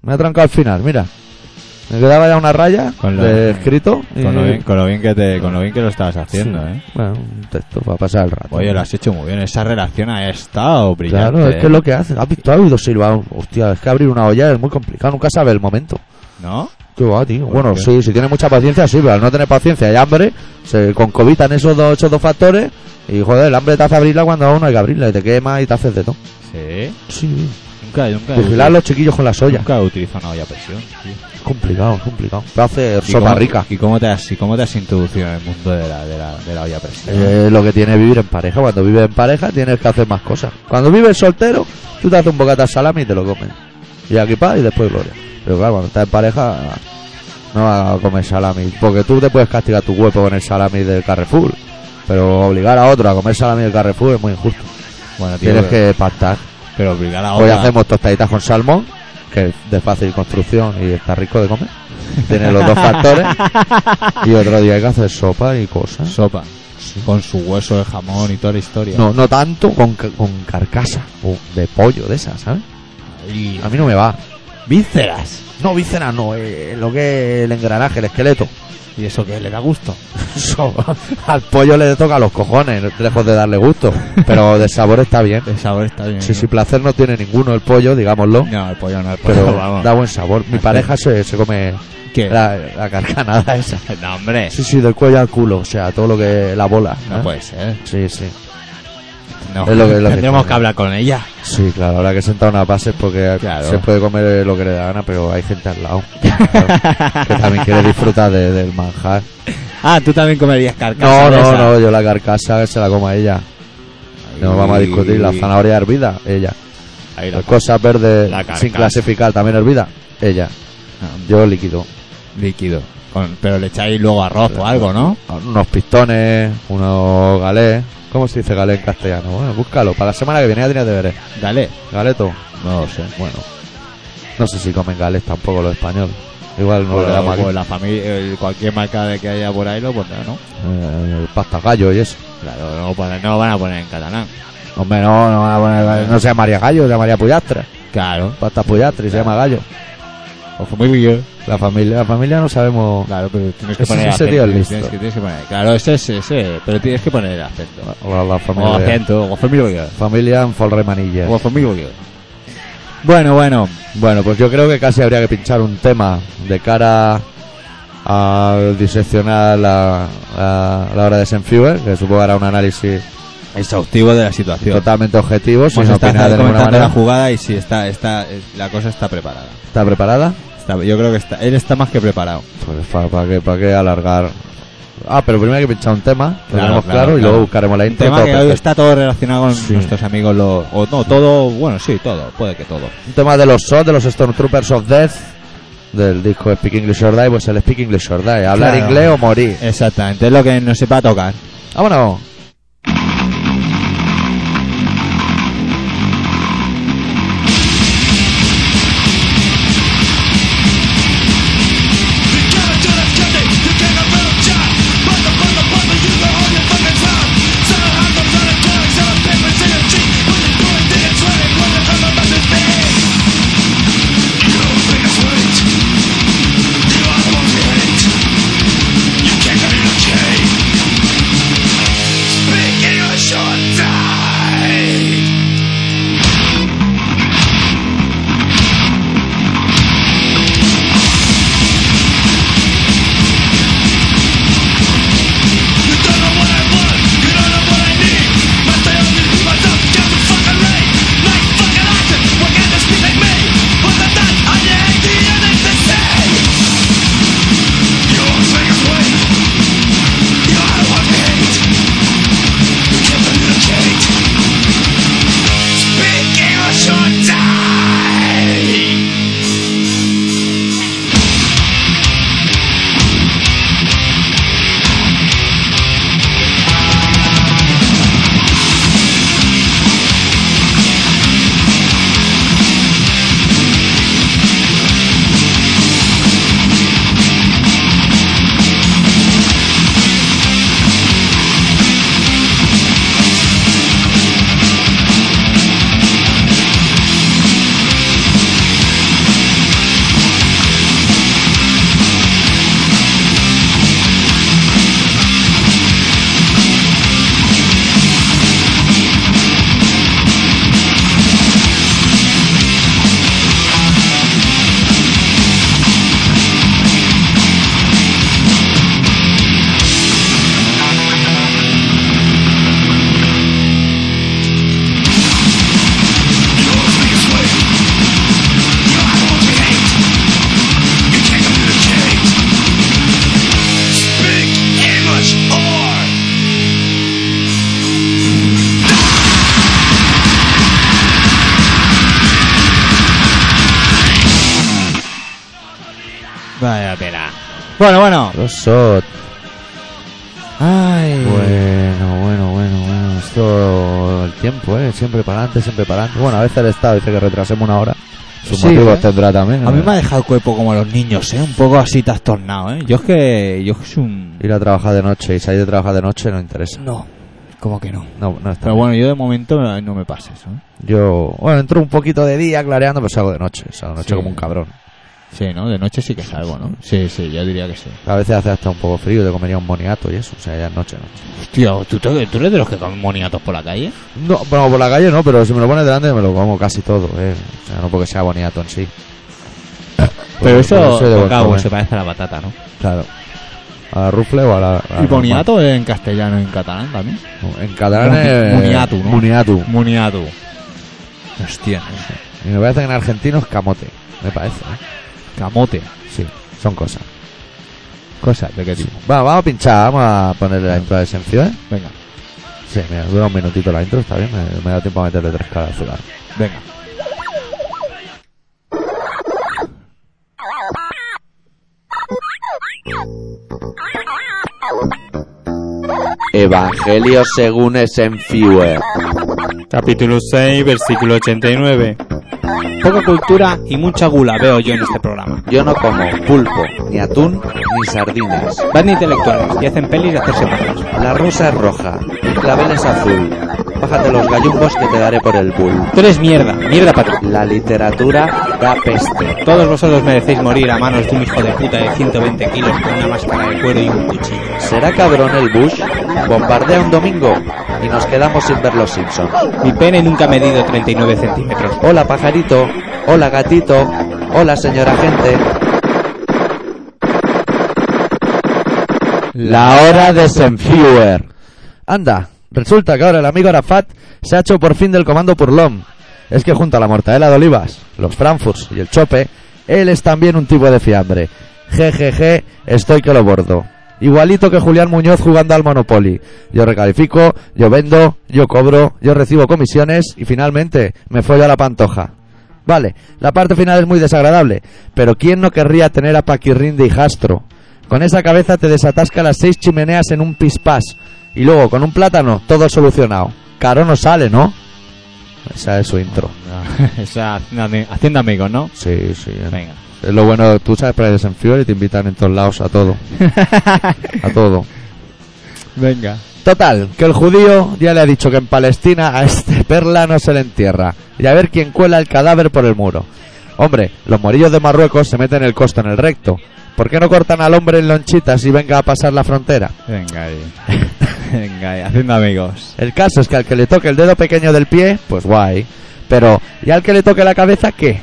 Speaker 2: Me ha trancado al final, mira. Me quedaba ya una raya
Speaker 1: Con lo-
Speaker 2: de escrito. y-
Speaker 1: Con lo, bien, con lo bien que te, con lo bien que lo estabas haciendo,
Speaker 2: Eh. Sí.
Speaker 1: ¿eh.
Speaker 2: Bueno, un texto para pasar el rato.
Speaker 1: Oye, lo has hecho muy bien. Esa relación ha estado brillante.
Speaker 2: Claro, es que es
Speaker 1: ¿eh?
Speaker 2: lo que hace. ¿Has visto? ¿Has oído silbar? Hostia, es que abrir una olla es muy complicado. Nunca sabe el momento.
Speaker 1: ¿eh? ¿No?
Speaker 2: Qué va, tío.
Speaker 1: ¿Por
Speaker 2: Bueno,
Speaker 1: qué?
Speaker 2: sí, si tiene mucha paciencia, sí, pero al no tener paciencia y hambre, se concobitan esos dos, esos dos factores. Y joder, el hambre te hace abrirla cuando aún no hay que abrirla. Y te quema y te haces de todo.
Speaker 1: Sí.
Speaker 2: Sí,
Speaker 1: Nunca, nunca.
Speaker 2: vigilar a los chiquillos con las ollas.
Speaker 1: Nunca he utilizado una olla a presión. tío.
Speaker 2: Es complicado, es complicado. Te hace
Speaker 1: ¿Y
Speaker 2: sopa
Speaker 1: cómo-
Speaker 2: rica.
Speaker 1: ¿Y cómo te has, y cómo te has introducido en el mundo de la, de la, de la olla a presión?
Speaker 2: Eh, lo que tiene vivir en pareja. Cuando vives en pareja tienes que hacer más cosas. Cuando vives soltero, tú te haces un bocata de salami y te lo comes. Y aquí paz y después gloria. Pero claro, cuando estás en pareja, no vas a comer salami. Porque tú te puedes castigar tu cuerpo con el salami del Carrefour. Pero obligar a otro a comer salami del Carrefour es muy injusto.
Speaker 1: bueno, tío,
Speaker 2: Tienes
Speaker 1: pero-
Speaker 2: que pactar.
Speaker 1: Pero obligar a
Speaker 2: Hoy
Speaker 1: olla.
Speaker 2: hacemos tostaditas con salmón, que es de fácil construcción y está rico de comer. Tiene los dos
Speaker 1: (laughs)
Speaker 2: factores. Y otro día hay que hacer sopa y cosas.
Speaker 1: Sopa. Con su hueso de jamón y toda la historia.
Speaker 2: No, no tanto con, ca- con carcasa o de pollo de esas, ¿sabes?
Speaker 1: Y
Speaker 2: A mí no me va.
Speaker 1: vísceras.
Speaker 2: No, vísceras no, eh, lo que es el engranaje, el esqueleto. (laughs)
Speaker 1: Y eso que le da gusto.
Speaker 2: Eso, al pollo le toca los cojones, lejos de darle gusto. Pero de sabor está bien.
Speaker 1: El sabor está bien.
Speaker 2: Sí,
Speaker 1: ¿no?
Speaker 2: sí, placer no tiene ninguno el pollo, digámoslo.
Speaker 1: No, el pollo no, el pollo.
Speaker 2: Pero
Speaker 1: vamos.
Speaker 2: da buen sabor. Mi pareja se, se come
Speaker 1: ¿Qué?
Speaker 2: la, la carcanada esa.
Speaker 1: No, hombre.
Speaker 2: Sí, sí, del cuello al culo, o sea, todo lo que la bola. ¿eh?
Speaker 1: No puede ser.
Speaker 2: Sí, sí.
Speaker 1: No.
Speaker 2: Es lo que- es lo que
Speaker 1: Tendremos
Speaker 2: está.
Speaker 1: que hablar con ella.
Speaker 2: Sí, claro, habrá que sentar unas bases porque
Speaker 1: Claro.
Speaker 2: se puede comer lo que le da gana, pero hay gente al lado claro, que también quiere disfrutar de- del (laughs) manjar.
Speaker 1: Ah, tú también comerías carcasa.
Speaker 2: No,
Speaker 1: de
Speaker 2: no,
Speaker 1: esa?
Speaker 2: no, yo la carcasa se la como a ella. No
Speaker 1: Ay.
Speaker 2: vamos a discutir la zanahoria hervida, ella.
Speaker 1: Ahí la
Speaker 2: Las cosas verdes
Speaker 1: la
Speaker 2: sin
Speaker 1: carcasa.
Speaker 2: clasificar también hervida, ella. Yo líquido.
Speaker 1: ah, líquido. Con- pero le echáis luego arroz o algo, ¿no?
Speaker 2: Unos pistones, unos galés. ¿Cómo se dice galés en castellano? Bueno, búscalo. Para la semana que viene ya tienes deberes.
Speaker 1: Dale.
Speaker 2: Galeto.
Speaker 1: No lo sé.
Speaker 2: Bueno, no sé si comen gales tampoco los españoles. Igual no
Speaker 1: Bueno,
Speaker 2: le damos aquí.
Speaker 1: pues la familia, el- cualquier marca de que haya por ahí lo pondrá, ¿no?
Speaker 2: Eh, pasta gallo y eso.
Speaker 1: Claro, no, lo ponen- no lo van a poner en catalán.
Speaker 2: Hombre, no, no, van a poner gallo. no se llamaría gallo, se llamaría pullastra.
Speaker 1: Claro.
Speaker 2: Pasta pullastra y se llama gallo.
Speaker 1: Ojo muy bien.
Speaker 2: La familia, la familia no sabemos.
Speaker 1: Claro, pero tienes que
Speaker 2: Ese-
Speaker 1: poner
Speaker 2: ese
Speaker 1: acento.
Speaker 2: tío es
Speaker 1: tienes
Speaker 2: listo.
Speaker 1: que- tienes que poner- claro, ese es ese, pero tienes que poner el acento.
Speaker 2: La, la
Speaker 1: O
Speaker 2: familia, de-
Speaker 1: acento, o familia bien.
Speaker 2: familia en Folremanillas.
Speaker 1: O familia bien. Bueno, bueno.
Speaker 2: Bueno, pues yo creo que casi habría que pinchar un tema de cara a diseccionar la, la, la obra de Senfuer, que supongo hará un análisis
Speaker 1: Exhaustivo de la situación.
Speaker 2: totalmente objetivo, sin
Speaker 1: Vamos a estar
Speaker 2: opinar de ninguna
Speaker 1: Pues comentando la
Speaker 2: manera.
Speaker 1: jugada y si está, está, la cosa está preparada.
Speaker 2: ¿Está preparada?
Speaker 1: Está- yo creo que está, él está más que preparado.
Speaker 2: Pues para, qué, pa' qué alargar. Ah, pero primero hay que pinchar un tema, lo
Speaker 1: Claro,
Speaker 2: tenemos claro,
Speaker 1: claro,
Speaker 2: y luego
Speaker 1: claro.
Speaker 2: buscaremos la
Speaker 1: Un
Speaker 2: intro. este
Speaker 1: tema
Speaker 2: todo
Speaker 1: que hoy
Speaker 2: perfecto.
Speaker 1: está todo relacionado con
Speaker 2: Sí.
Speaker 1: nuestros amigos, los, o no, todo, bueno, sí, todo, puede que todo.
Speaker 2: Un tema de los SOD, de los Stormtroopers of Death, del disco Speak English or Die, pues el Speak English or Die, hablar
Speaker 1: Claro.
Speaker 2: inglés o morir.
Speaker 1: Exactamente, es lo que nos va a tocar.
Speaker 2: Vámonos.
Speaker 3: Die! You don't know what I want, you don't know what I need. My therapy is myself, get the fucking rain. My fucking actions, why can't this be like me? But I'm not, I hate the NXT. You won't take it away. You are the one hate. You can't communicate. Speak English or die.
Speaker 1: Vaya tela. Bueno, bueno.
Speaker 2: Los SOD.
Speaker 1: Pues, Ay,
Speaker 2: Bueno, bueno, bueno, bueno. Esto el tiempo, ¿eh? Siempre para adelante, siempre para adelante. Bueno, a veces el Estado dice que retrasemos una hora. Sus
Speaker 1: Sí,
Speaker 2: motivos
Speaker 1: ¿eh?
Speaker 2: tendrá también.
Speaker 1: A mí
Speaker 2: ¿eh?
Speaker 1: me ha dejado el cuerpo como los niños, ¿eh? Un poco así trastornado, ¿eh? Yo es que... Yo es que soy un...
Speaker 2: Ir a trabajar de noche y salir de trabajar de noche no interesa.
Speaker 1: No, como que no.
Speaker 2: No, no está.
Speaker 1: Pero bueno, yo de momento eh, no me pasa eso, ¿eh?
Speaker 2: Yo, bueno, entro un poquito de día clareando, pero salgo de noche. Salgo de noche
Speaker 1: Sí.
Speaker 2: como un cabrón.
Speaker 1: Sí, ¿no? De noche sí que salgo, ¿no? Sí, sí, yo diría que sí.
Speaker 2: A veces hace hasta un poco frío, te convenía un moniato y eso. O sea, ya es noche, noche.
Speaker 1: Hostia, ¿tú, te- tú eres de los que comen moniatos por la calle?
Speaker 2: No, bueno, por la calle no, pero si me lo pones delante me lo como casi todo, ¿eh? O sea, no porque sea boniato en sí.
Speaker 1: Pero
Speaker 2: Porque- porque
Speaker 1: eso,
Speaker 2: soy de buen
Speaker 1: cabo,
Speaker 2: comer.
Speaker 1: se parece a la patata, ¿no?
Speaker 2: Claro. ¿A la rufle o a la.? a la
Speaker 1: ¿Y boniato en castellano en catalán también?
Speaker 2: normal? En catalán
Speaker 1: Muni- (laughs)
Speaker 2: es.
Speaker 1: muniatu, ¿no?
Speaker 2: Muniatu.
Speaker 1: Moniato. Hostia,
Speaker 2: Y me parece que en argentino es camote, me parece. ¿eh?
Speaker 1: camote.
Speaker 2: Sí, son cosas.
Speaker 1: Cosas de qué
Speaker 2: Sí.
Speaker 1: tipo.
Speaker 2: Bueno, vamos a pinchar, vamos a ponerle la intro de Sencio, ¿eh?
Speaker 1: Venga,
Speaker 2: Sí, mira, dura un minutito la intro, está bien, me, me da tiempo a meterle tres caras azul.
Speaker 1: venga.
Speaker 4: Evangelio según Esenfiewer.
Speaker 5: Capítulo 6, versículo 89.
Speaker 6: Poca cultura y mucha gula veo yo en este programa.
Speaker 4: Yo no como pulpo, ni atún, ni sardinas.
Speaker 6: Van de intelectuales y hacen pelis de hacerse malos.
Speaker 4: La rosa es roja, el clavel es azul. Bájate los gallumbos que te daré por el bull.
Speaker 6: Tú eres mierda, mierda para ti.
Speaker 4: La literatura da peste.
Speaker 6: Todos vosotros merecéis morir a manos de un hijo de puta de 120 kilos con una máscara de cuero y un cuchillo.
Speaker 4: ¿Será cabrón el Bush? Bombardea un domingo y nos quedamos sin ver los Simpsons.
Speaker 6: Mi pene nunca ha medido 39
Speaker 1: (laughs)
Speaker 6: centímetros.
Speaker 4: Hola pajarito, hola gatito, hola señora gente.
Speaker 2: La hora de Senfiewer. Anda, resulta que ahora el amigo Arafat se ha hecho por fin del comando Purlón. Es que junto a la mortadela de olivas, los frankfurts y el chope, él es también un tipo de fiambre. Jejeje, estoy que lo bordo. Igualito que Julián Muñoz jugando al Monopoly. Yo recalifico, yo vendo, yo cobro, yo recibo comisiones y finalmente me follo a la pantoja. Vale, la parte final es muy desagradable, pero ¿quién no querría tener a Paquirrín de hijastro? Con esa cabeza te desatasca las seis chimeneas en un pispás y luego con un plátano todo solucionado. Caro no sale, ¿no? Esa es su intro.
Speaker 1: Esa hacienda ami- hacienda amigos, ¿no?
Speaker 2: Sí, sí. eh.
Speaker 6: (laughs)
Speaker 1: Venga.
Speaker 2: Es lo bueno, tú sabes para el desenfío y te invitan en todos lados a todo. A todo.
Speaker 1: Venga.
Speaker 2: Total, que el judío ya le ha dicho que en Palestina a este (laughs) perla no se le entierra. Y a ver quién cuela el cadáver por el muro. Hombre, los morillos de Marruecos se meten el costo en el recto. ¿Por qué no cortan al hombre en lonchitas y venga a pasar la frontera?
Speaker 1: Venga ahí. (laughs) Venga ahí, haciendo amigos.
Speaker 2: El caso es que al que le toque el dedo pequeño del pie, pues guay. Pero, ¿y al que le toque la cabeza qué?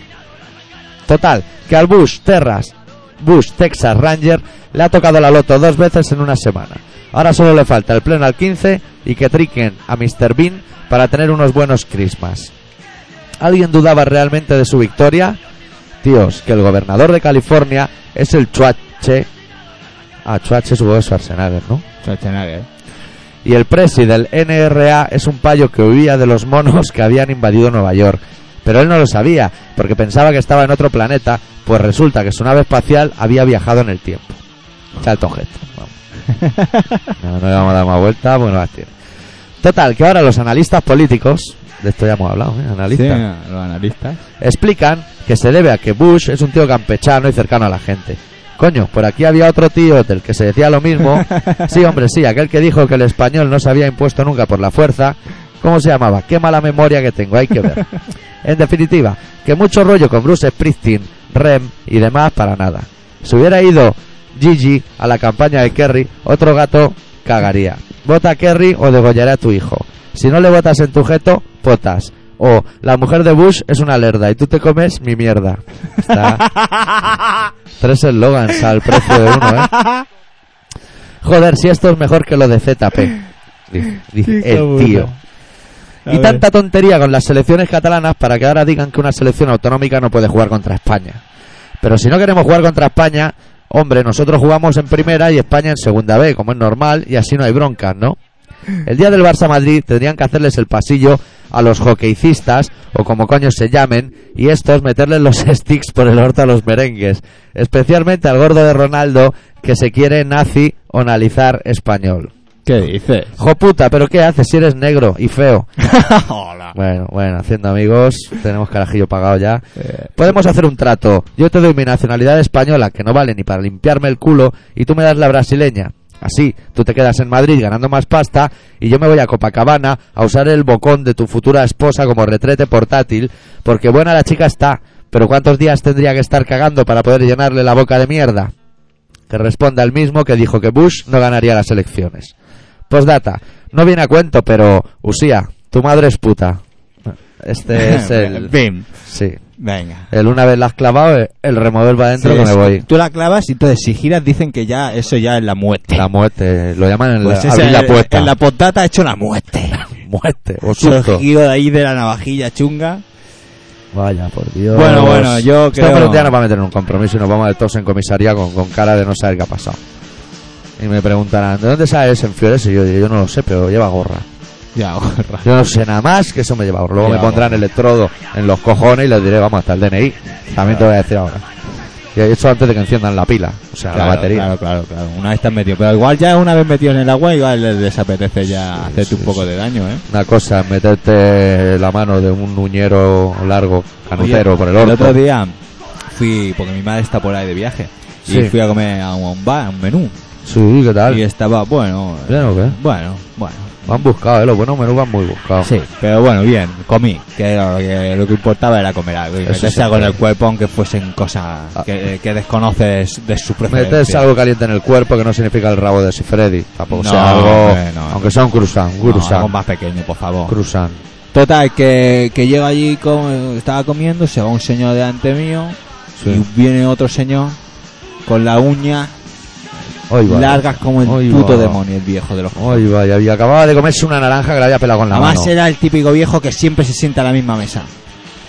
Speaker 2: Total, que al Bush Terras, Bush Texas Ranger, le ha tocado la loto dos veces en una semana. Ahora solo le falta el pleno al 15 y que triquen a Mr. Bean para tener unos buenos Christmas. ¿Alguien dudaba realmente de su victoria? Tíos, que el gobernador de California es el Chuache. Ah, Chuache supongo que es Schwarzenegger, ¿no?
Speaker 1: Schwarzenegger.
Speaker 2: y el presi del NRA es un payo que huía de los monos que habían invadido Nueva York. Pero él no lo sabía, porque pensaba que estaba en otro planeta, pues resulta que su nave espacial había viajado en el tiempo. Charlton Heston, vamos. No, no le vamos a dar más vuelta, bueno, las tiene. Total, que ahora los analistas políticos, de esto ya hemos hablado, ¿eh? analistas,
Speaker 1: Sí, los analistas.
Speaker 2: explican que se debe a que Bush es un tío campechano y cercano a la gente. Coño, por aquí había otro tío del que se decía lo
Speaker 1: (laughs)
Speaker 2: mismo. (laughs) Sí, hombre, sí, aquel que dijo que el español no se había impuesto nunca por la fuerza. ¿Cómo se llamaba? Qué mala memoria que tengo, hay que ver. En definitiva, que mucho rollo con Bruce Springsteen, Rem y demás para nada. Si hubiera ido Gigi a la campaña de Kerry, otro gato cagaría. Vota a Kerry o degollará a tu hijo. Si no le votas en tu jeto, potas. O la mujer de Bush es una lerda y tú te comes mi mierda.
Speaker 1: (laughs)
Speaker 2: Está. Tres eslogans al precio de uno, ¿eh? Joder, si esto es mejor que lo de ZP. Dice, dice el tío.
Speaker 1: A
Speaker 2: Y
Speaker 1: ver.
Speaker 2: tanta tontería con las selecciones catalanas para que ahora digan que una selección autonómica no puede jugar contra España. Pero si no queremos jugar contra España, hombre, nosotros jugamos en primera y España en segunda B, como es normal, y así no hay broncas, ¿no? El día del Barça Madrid tendrían que hacerles el pasillo a los hockeycistas, o como coño se llamen, y estos meterles los (laughs) sticks por el orto a los merengues, especialmente al gordo de Ronaldo que se quiere nazi o analizar español.
Speaker 1: ¿Qué dices? (laughs)
Speaker 2: Joputa, pero ¿qué haces si eres negro y feo?
Speaker 1: Hola.
Speaker 2: Bueno, bueno, haciendo amigos, tenemos carajillo pagado ya.
Speaker 1: Eh,
Speaker 2: Podemos hacer un trato. Yo te doy mi nacionalidad española, que no vale ni para limpiarme el culo, y tú me das la brasileña. Así, tú te quedas en Madrid ganando más pasta y yo me voy a Copacabana a usar el bocón de tu futura esposa como retrete portátil, porque buena la chica está, pero ¿cuántos días tendría que estar cagando para poder llenarle la boca de mierda? Que responda el mismo que dijo que Bush no ganaría las elecciones. Postdata, no viene a cuento, pero Usía, tu madre es puta. Este
Speaker 1: (laughs)
Speaker 2: es el...
Speaker 1: Bim.
Speaker 2: Sí,
Speaker 1: Venga.
Speaker 2: el una vez la has clavado, eh, el remover va adentro
Speaker 1: Sí,
Speaker 2: que me
Speaker 1: es-
Speaker 2: voy.
Speaker 1: Tú la clavas y entonces si giras dicen que ya eso ya es la muerte.
Speaker 2: La muerte, lo llaman en
Speaker 1: Pues
Speaker 2: la,
Speaker 1: ese-
Speaker 2: abrir la puerta.
Speaker 1: En la postdata ha hecho la muerte.
Speaker 2: muerte, o
Speaker 1: Se lo
Speaker 2: susto.
Speaker 1: giro de ahí de la navajilla chunga.
Speaker 2: Vaya, por Dios.
Speaker 1: Bueno, bueno, yo
Speaker 2: Esta
Speaker 1: creo-
Speaker 2: ya nos va a meter en un compromiso y nos vamos de todos en comisaría con, con cara de no saber qué ha pasado. Y me preguntarán, ¿de dónde sale ese Fiores? Y yo digo, yo no lo sé, pero lleva gorra.
Speaker 1: Ya, (laughs) gorra.
Speaker 2: Yo no sé nada más que eso me lleva gorra. Luego
Speaker 1: Lleva
Speaker 2: me pondrán electrodo en los cojones y les diré, vamos, hasta el DNI. También te voy a decir ahora. Y eso antes de que enciendan la pila, o sea, la batería.
Speaker 1: Claro, claro, claro. Una vez estás metido. Pero igual ya una vez metido en el agua, igual les desapetece ya hacerte un poco de daño, ¿eh?
Speaker 2: Una cosa es meterte la mano de un nuñero largo, canutero,
Speaker 1: Oye,
Speaker 2: por el orto.
Speaker 1: otro día fui, porque mi madre está por ahí de viaje,
Speaker 2: Sí.
Speaker 1: y fui a comer a un bar, a un menú.
Speaker 2: Sí, ¿qué tal?
Speaker 1: Y estaba, bueno, eh,
Speaker 2: Bien, ¿o qué?
Speaker 1: bueno, bueno.
Speaker 2: Van buscados, ¿eh? Los buenos menús van muy buscados.
Speaker 1: Sí, pero bueno, bien, comí, que era lo que, lo que importaba era comer algo y
Speaker 2: Eso
Speaker 1: meterse
Speaker 2: siempre.
Speaker 1: algo en el cuerpo aunque fuesen cosas que, que desconoces de su preferencia.
Speaker 2: Metes algo caliente en el cuerpo que no significa el rabo de Sifredi. Tampoco
Speaker 1: No,
Speaker 2: sea algo...
Speaker 1: hombre, no.
Speaker 2: aunque sea un cruzán, un
Speaker 1: No,
Speaker 2: cruzán.
Speaker 1: algo más pequeño, por favor.
Speaker 2: cruzán.
Speaker 1: Total, que, que llego allí, con- estaba comiendo, se va un señor delante mío
Speaker 2: Sí.
Speaker 1: y viene otro señor con la uña
Speaker 2: Hoy vaya.
Speaker 1: largas como el
Speaker 2: Hoy
Speaker 1: puto
Speaker 2: va.
Speaker 1: demonio, el viejo de los...
Speaker 2: Hoy vaya. Y acababa de comerse una naranja que la había pelado con la
Speaker 1: Además
Speaker 2: mano.
Speaker 1: era el típico viejo que siempre se sienta a la misma mesa.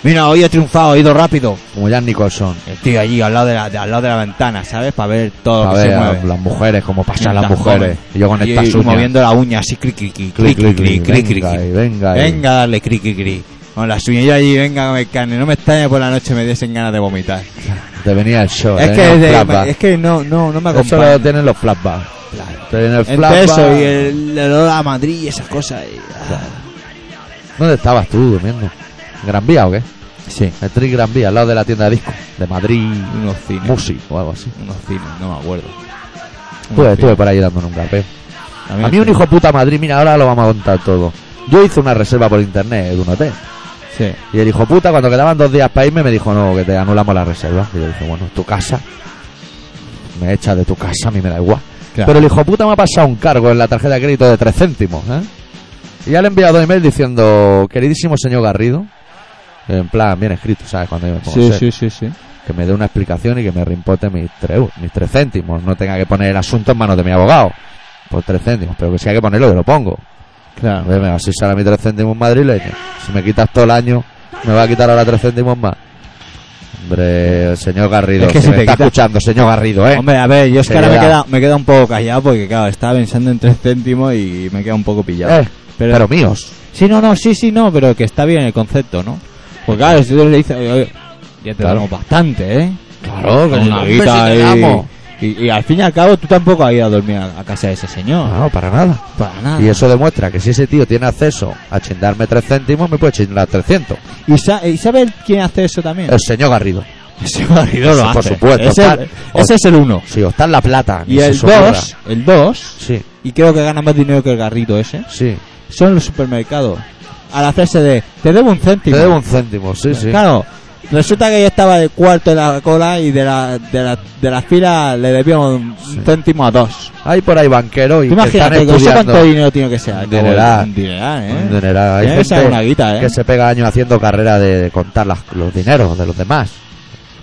Speaker 1: Mira, hoy he triunfado, he ido rápido.
Speaker 2: Como Jan Nicholson.
Speaker 1: El tío allí al lado de la, de- al lado de la ventana, ¿sabes? Para ver todo lo
Speaker 2: A
Speaker 1: Oh, que
Speaker 2: ver,
Speaker 1: se
Speaker 2: a
Speaker 1: mueve.
Speaker 2: las mujeres, cómo pasan las
Speaker 1: Mientras
Speaker 2: mujeres.
Speaker 1: come.
Speaker 2: Y yo con
Speaker 1: Y-
Speaker 2: estas
Speaker 1: y
Speaker 2: uñas.
Speaker 1: moviendo la uña así, cri, cri, cri, cri,
Speaker 2: Clic,
Speaker 1: cri,
Speaker 2: clic,
Speaker 1: cri,
Speaker 2: clic.
Speaker 1: cri, cri,
Speaker 2: Venga, ahí,
Speaker 1: cri.
Speaker 2: venga. ahí.
Speaker 1: Venga, darle cri, cri, cri. Con las uñas yo allí, venga, come carne. No me extraña por la noche me diesen ganas de vomitar.
Speaker 2: Te venía el show.
Speaker 1: es,
Speaker 2: te
Speaker 1: que,
Speaker 2: venía el
Speaker 1: de-
Speaker 2: flashback.
Speaker 1: es que no, no, no me
Speaker 2: Eso
Speaker 1: acompaña.
Speaker 2: lo tienen los flashbacks. Te viene el
Speaker 1: Entre
Speaker 2: flashback.
Speaker 1: eso y el, el olor a Madrid y esas cosas. y- ah.
Speaker 2: ¿Dónde estabas tú durmiendo? ¿En Gran Vía o qué?
Speaker 1: Sí,
Speaker 2: En Tri Gran Vía, al lado de la tienda de disco. De Madrid,
Speaker 1: unos cines.
Speaker 2: Musi o algo así.
Speaker 1: Unos cines, no me acuerdo.
Speaker 2: Estuve,
Speaker 1: Unos
Speaker 2: estuve
Speaker 1: cines.
Speaker 2: por ahí dándome un café.
Speaker 1: mí
Speaker 2: A mí un
Speaker 1: sí.
Speaker 2: hijo puta Madrid, mira, ahora lo vamos a contar todo. Yo hice una reserva por internet de un hotel.
Speaker 1: Sí.
Speaker 2: Y el hijo puta, cuando quedaban dos días para irme, me dijo, no, que te anulamos la reserva. Y yo dije, bueno, tu casa. Me echa de tu casa, a mí me da igual.
Speaker 1: Claro.
Speaker 2: Pero el hijo puta me ha pasado un cargo en la tarjeta de crédito de 3 céntimos. ¿eh? Y ya le he enviado un email diciendo, queridísimo señor Garrido, en plan, bien escrito, ¿sabes? Cuando yo me pongo
Speaker 1: Sí,
Speaker 2: serio,
Speaker 1: sí, sí, sí.
Speaker 2: Que me dé una explicación y que me reimpote mis 3, mis tres céntimos. No tenga que poner el asunto en manos de mi abogado por 3 céntimos. Pero que si hay que ponerlo, yo lo pongo.
Speaker 1: Claro.
Speaker 2: Hombre, me va a sale a mí 3 céntimos madrileños. Si me quitas todo el año, me va a quitar ahora 3 céntimos más. Hombre, señor Garrido,
Speaker 1: Es que
Speaker 2: que
Speaker 1: si
Speaker 2: me
Speaker 1: te
Speaker 2: está
Speaker 1: quita-
Speaker 2: escuchando, señor Garrido, ¿eh?
Speaker 1: Hombre, a ver, yo es que ahora me he
Speaker 2: Seriedad.
Speaker 1: quedado, me he quedado un poco callado porque, claro, estaba pensando en tres céntimos y me he quedado un poco pillado.
Speaker 2: Eh, pero, míos.
Speaker 1: Sí, no, no, sí, sí, no, pero que está bien el concepto, ¿no? Pues claro, si tú le dices, oye, oye, ya te
Speaker 2: Claro.
Speaker 1: damos bastante, ¿eh?
Speaker 2: Claro,
Speaker 1: Con una guita ahí. Y, y al fin y al cabo, tú tampoco has ido a dormir a, a casa de ese señor.
Speaker 2: No, para nada.
Speaker 1: Para nada.
Speaker 2: Ah, Y eso demuestra que si ese tío tiene acceso a chindarme 3 céntimos, me puede chindar 300.
Speaker 1: ¿Y, sa- y sabes quién hace eso también?
Speaker 2: El señor Garrido.
Speaker 1: (laughs) Ese marido lo
Speaker 2: Por
Speaker 1: hace.
Speaker 2: supuesto, claro.
Speaker 1: Ese, ese es el uno.
Speaker 2: Sí, o está en la plata. ni
Speaker 1: Y
Speaker 2: se
Speaker 1: el
Speaker 2: sobra.
Speaker 1: dos, el dos,
Speaker 2: Sí,
Speaker 1: y creo que gana más dinero que el garrito ese,
Speaker 2: sí.
Speaker 1: son los supermercados. Al hacerse de, te debo un
Speaker 2: Te
Speaker 1: céntimo.
Speaker 2: debo un céntimo, sí, sí.
Speaker 1: Claro, resulta que yo estaba de cuarto en la cola y de la, de la, de la fila le debía un
Speaker 2: Sí.
Speaker 1: céntimo a dos.
Speaker 2: Hay por ahí banqueros y que están
Speaker 1: Imagínate, que eso
Speaker 2: estudiando.
Speaker 1: cuánto dinero tiene que ser.
Speaker 2: Un
Speaker 1: Como
Speaker 2: dineral.
Speaker 1: Un dineral, ¿eh?
Speaker 2: Un dineral. Hay
Speaker 1: Tiene que ser
Speaker 2: gente
Speaker 1: una guita, ¿eh?
Speaker 2: que se pega años haciendo carrera de, de contar las- los dineros de los demás.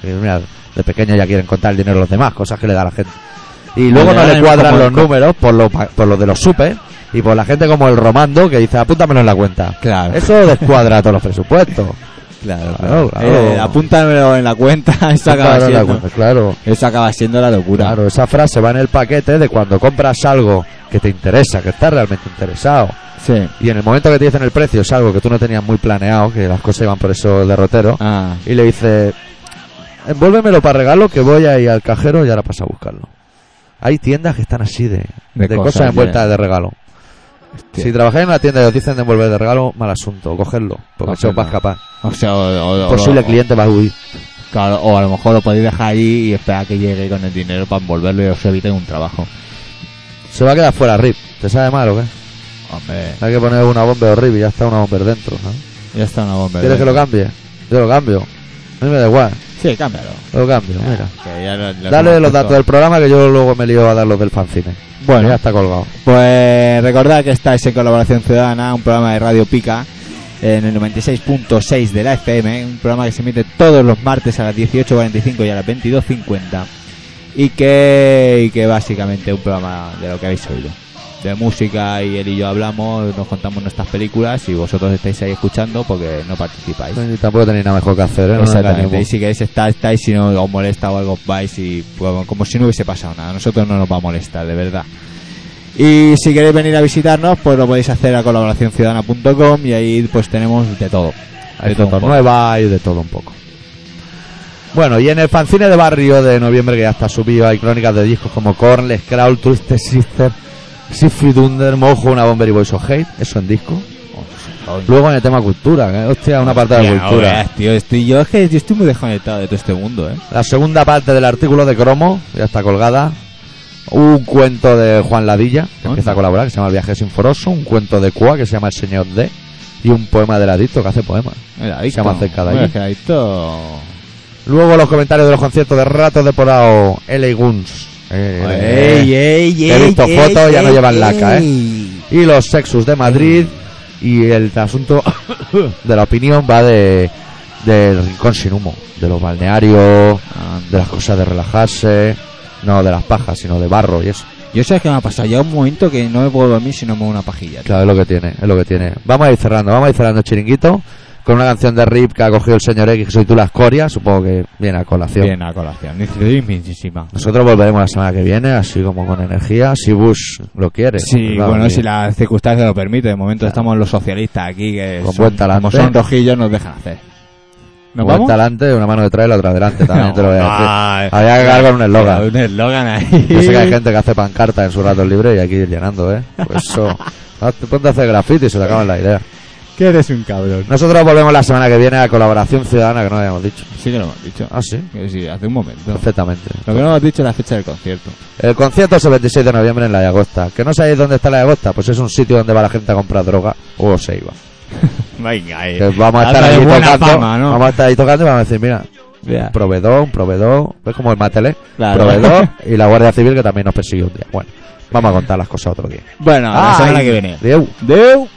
Speaker 2: Y mira, de pequeño ya quieren contar el dinero de los demás, cosas que le da la gente. Y luego
Speaker 1: Pues Le
Speaker 2: no
Speaker 1: da
Speaker 2: le
Speaker 1: el
Speaker 2: cuadran
Speaker 1: como
Speaker 2: los
Speaker 1: el
Speaker 2: números por lo, pa- por lo de los super y por la gente como el Romando que dice apúntamelo en la cuenta.
Speaker 1: Claro,
Speaker 2: Eso descuadra todos los
Speaker 1: (laughs)
Speaker 2: presupuestos.
Speaker 1: claro,
Speaker 2: claro, claro.
Speaker 1: Eh, apúntamelo en la cuenta, (laughs) eso acaba
Speaker 2: Apúntamelo en la
Speaker 1: siendo,
Speaker 2: cuenta, claro.
Speaker 1: eso acaba siendo la locura.
Speaker 2: Claro, esa frase va en el paquete de cuando compras algo que te interesa, que estás realmente interesado.
Speaker 1: Sí.
Speaker 2: Y en el momento que te dicen el precio es algo que tú no tenías muy planeado, que las cosas iban por eso derrotero,
Speaker 1: Ah,
Speaker 2: y le dice, envuélvemelo para regalo que voy a ir al cajero y ahora pasa a buscarlo. Hay tiendas que están así de,
Speaker 1: De
Speaker 2: de, cosas,
Speaker 1: cosas,
Speaker 2: envueltas de regalo. Si trabajáis en una tienda y os dicen devolver de regalo, mal asunto, cogedlo, porque se os va a escapar.
Speaker 1: O sea, o, o- o-
Speaker 2: Posible
Speaker 1: o-
Speaker 2: cliente va a huir.
Speaker 1: claro, o a lo mejor lo podéis dejar ahí y esperar que llegue con el dinero para envolverlo y os eviten un trabajo.
Speaker 2: Se va a quedar fuera RIP. ¿Te sabe mal o qué?
Speaker 1: Hombre,
Speaker 2: Hay que poner una bomba de RIP y ya está una bomba dentro. ¿no?
Speaker 1: ya está una bomba.
Speaker 2: ¿Quieres que lo cambie? Yo lo cambio. A mí me da igual,
Speaker 1: Sí, cámbialo.
Speaker 2: yo lo cambio. Mira.
Speaker 1: Que ya lo- lo
Speaker 2: Dale
Speaker 1: hemos
Speaker 2: los
Speaker 1: puesto.
Speaker 2: datos del programa que yo luego me lío a dar los del fanzine.
Speaker 1: Bueno,
Speaker 2: ya está colgado.
Speaker 1: Pues recordad que estáis en Colaboración Ciudadana, un programa de Radio Pica en el 96.6 de la FM, un programa que se emite todos los martes a las 18.45 y a las 22.50 y que, y que básicamente es un programa de lo que habéis oído. De música y él y yo hablamos, nos contamos nuestras películas y vosotros estáis ahí escuchando porque no participáis.
Speaker 2: Y tampoco tenéis nada mejor que hacer, ¿eh? No nos
Speaker 1: Exactamente, y
Speaker 2: engañemos.
Speaker 1: si queréis estar, estáis, si no os molesta o algo, vais y bueno, como si no hubiese pasado nada. A nosotros no nos va a molestar, de verdad. Y si queréis venir a visitarnos, pues lo podéis hacer a colaboracionciudadana.com y ahí pues tenemos de todo.
Speaker 2: Hay
Speaker 1: de todo un
Speaker 2: fotos
Speaker 1: poco.
Speaker 2: nuevas y de todo un poco. Bueno, y en el fanzine de barrio de noviembre que ya está subido hay crónicas de discos como Korn, Scrawl, Twisted Sister, Siegfried Thunder, Mojo, una Bomber y Boys of Hate, eso en disco. Luego en el tema cultura, que, hostia, una parte de
Speaker 1: Hostia,
Speaker 2: cultura.
Speaker 1: ahora, tío, estoy, yo es que yo estoy muy desconectado de todo este mundo, ¿eh?
Speaker 2: La segunda parte del artículo de Cromo, ya está colgada. Un cuento de Juan Ladilla, que
Speaker 1: Ah.
Speaker 2: empieza a colaborar, que se llama El viaje sinforoso. Un cuento de Cua, que se llama El señor D. Y un poema de Ladito, que hace poemas.
Speaker 1: El adicto.
Speaker 2: llama cerca de
Speaker 1: Bueno,
Speaker 2: allí.
Speaker 1: es que el adicto-
Speaker 2: Luego los comentarios de los conciertos de Ratos de Porao, L.A. Guns. Eh, eh,
Speaker 1: Ey, ey,
Speaker 2: he
Speaker 1: ey,
Speaker 2: visto
Speaker 1: ey,
Speaker 2: fotos, ya no
Speaker 1: ey,
Speaker 2: llevan laca, eh.
Speaker 1: ey.
Speaker 2: Y los Sexus de Madrid. Y el asunto (coughs) de la opinión va de del rincón sin humo, de los balnearios, de las cosas de relajarse, no de las pajas, sino de barro y eso.
Speaker 1: Yo sé que me ha pasado ya un momento que no me puedo dormir si no me hago una pajilla. tío.
Speaker 2: Claro, es lo que tiene, es lo que tiene. Vamos a ir cerrando, vamos a ir cerrando el chiringuito con una canción de Rip que ha cogido el señor X, que soy tú la escoria, supongo que viene a colación.
Speaker 1: Bien a colación. Dicidísima.
Speaker 2: Nosotros volveremos la semana que viene, así como con energía, si Bush lo quiere.
Speaker 1: Sí,
Speaker 2: Claro,
Speaker 1: bueno,
Speaker 2: y
Speaker 1: si las circunstancias lo permiten. De momento estamos los socialistas aquí que
Speaker 2: Con
Speaker 1: son,
Speaker 2: buen talante.
Speaker 1: como son rojillos nos dejan hacer. ¿Nos
Speaker 2: un guante
Speaker 1: vamos?
Speaker 2: adelante, una mano detrás y la otra adelante, también te lo voy a decir.
Speaker 1: Ah,
Speaker 2: Había que cargar un eslogan.
Speaker 1: Un eslogan ahí.
Speaker 2: Yo sé que hay gente que hace pancarta en sus ratos libres y aquí llenando, ¿eh? Pues
Speaker 1: (laughs)
Speaker 2: eso. Hazte- Ponte a hacer graffiti y se te acaban las ideas.
Speaker 1: Que eres un cabrón.
Speaker 2: Nosotros volvemos la semana que viene a Colaboración Ciudadana, que no habíamos dicho.
Speaker 1: Sí que lo hemos dicho.
Speaker 2: Ah, sí,
Speaker 1: Que sí, hace un momento.
Speaker 2: perfectamente.
Speaker 1: Lo que no hemos dicho es la fecha del concierto.
Speaker 2: El concierto es el 26 de noviembre en la Llagosta. ¿Que no sabéis dónde está la Llagosta? Pues es un sitio donde va la gente a comprar droga o se iba.
Speaker 1: Venga,
Speaker 2: Que vamos a estar
Speaker 1: Hazle
Speaker 2: ahí
Speaker 1: buena
Speaker 2: tocando.
Speaker 1: fama, ¿no?
Speaker 2: Vamos a estar ahí tocando y vamos a decir, mira,
Speaker 1: Ya.
Speaker 2: un proveedor, un proveedor. Es como el Matelé.
Speaker 1: Claro. (laughs)
Speaker 2: Proveedor y la Guardia Civil que también nos persiguió un día. Bueno, vamos a contar las cosas otro día.
Speaker 1: Bueno, Ah, la semana
Speaker 2: Ay,
Speaker 1: que viene.
Speaker 2: Deu.
Speaker 1: Deu.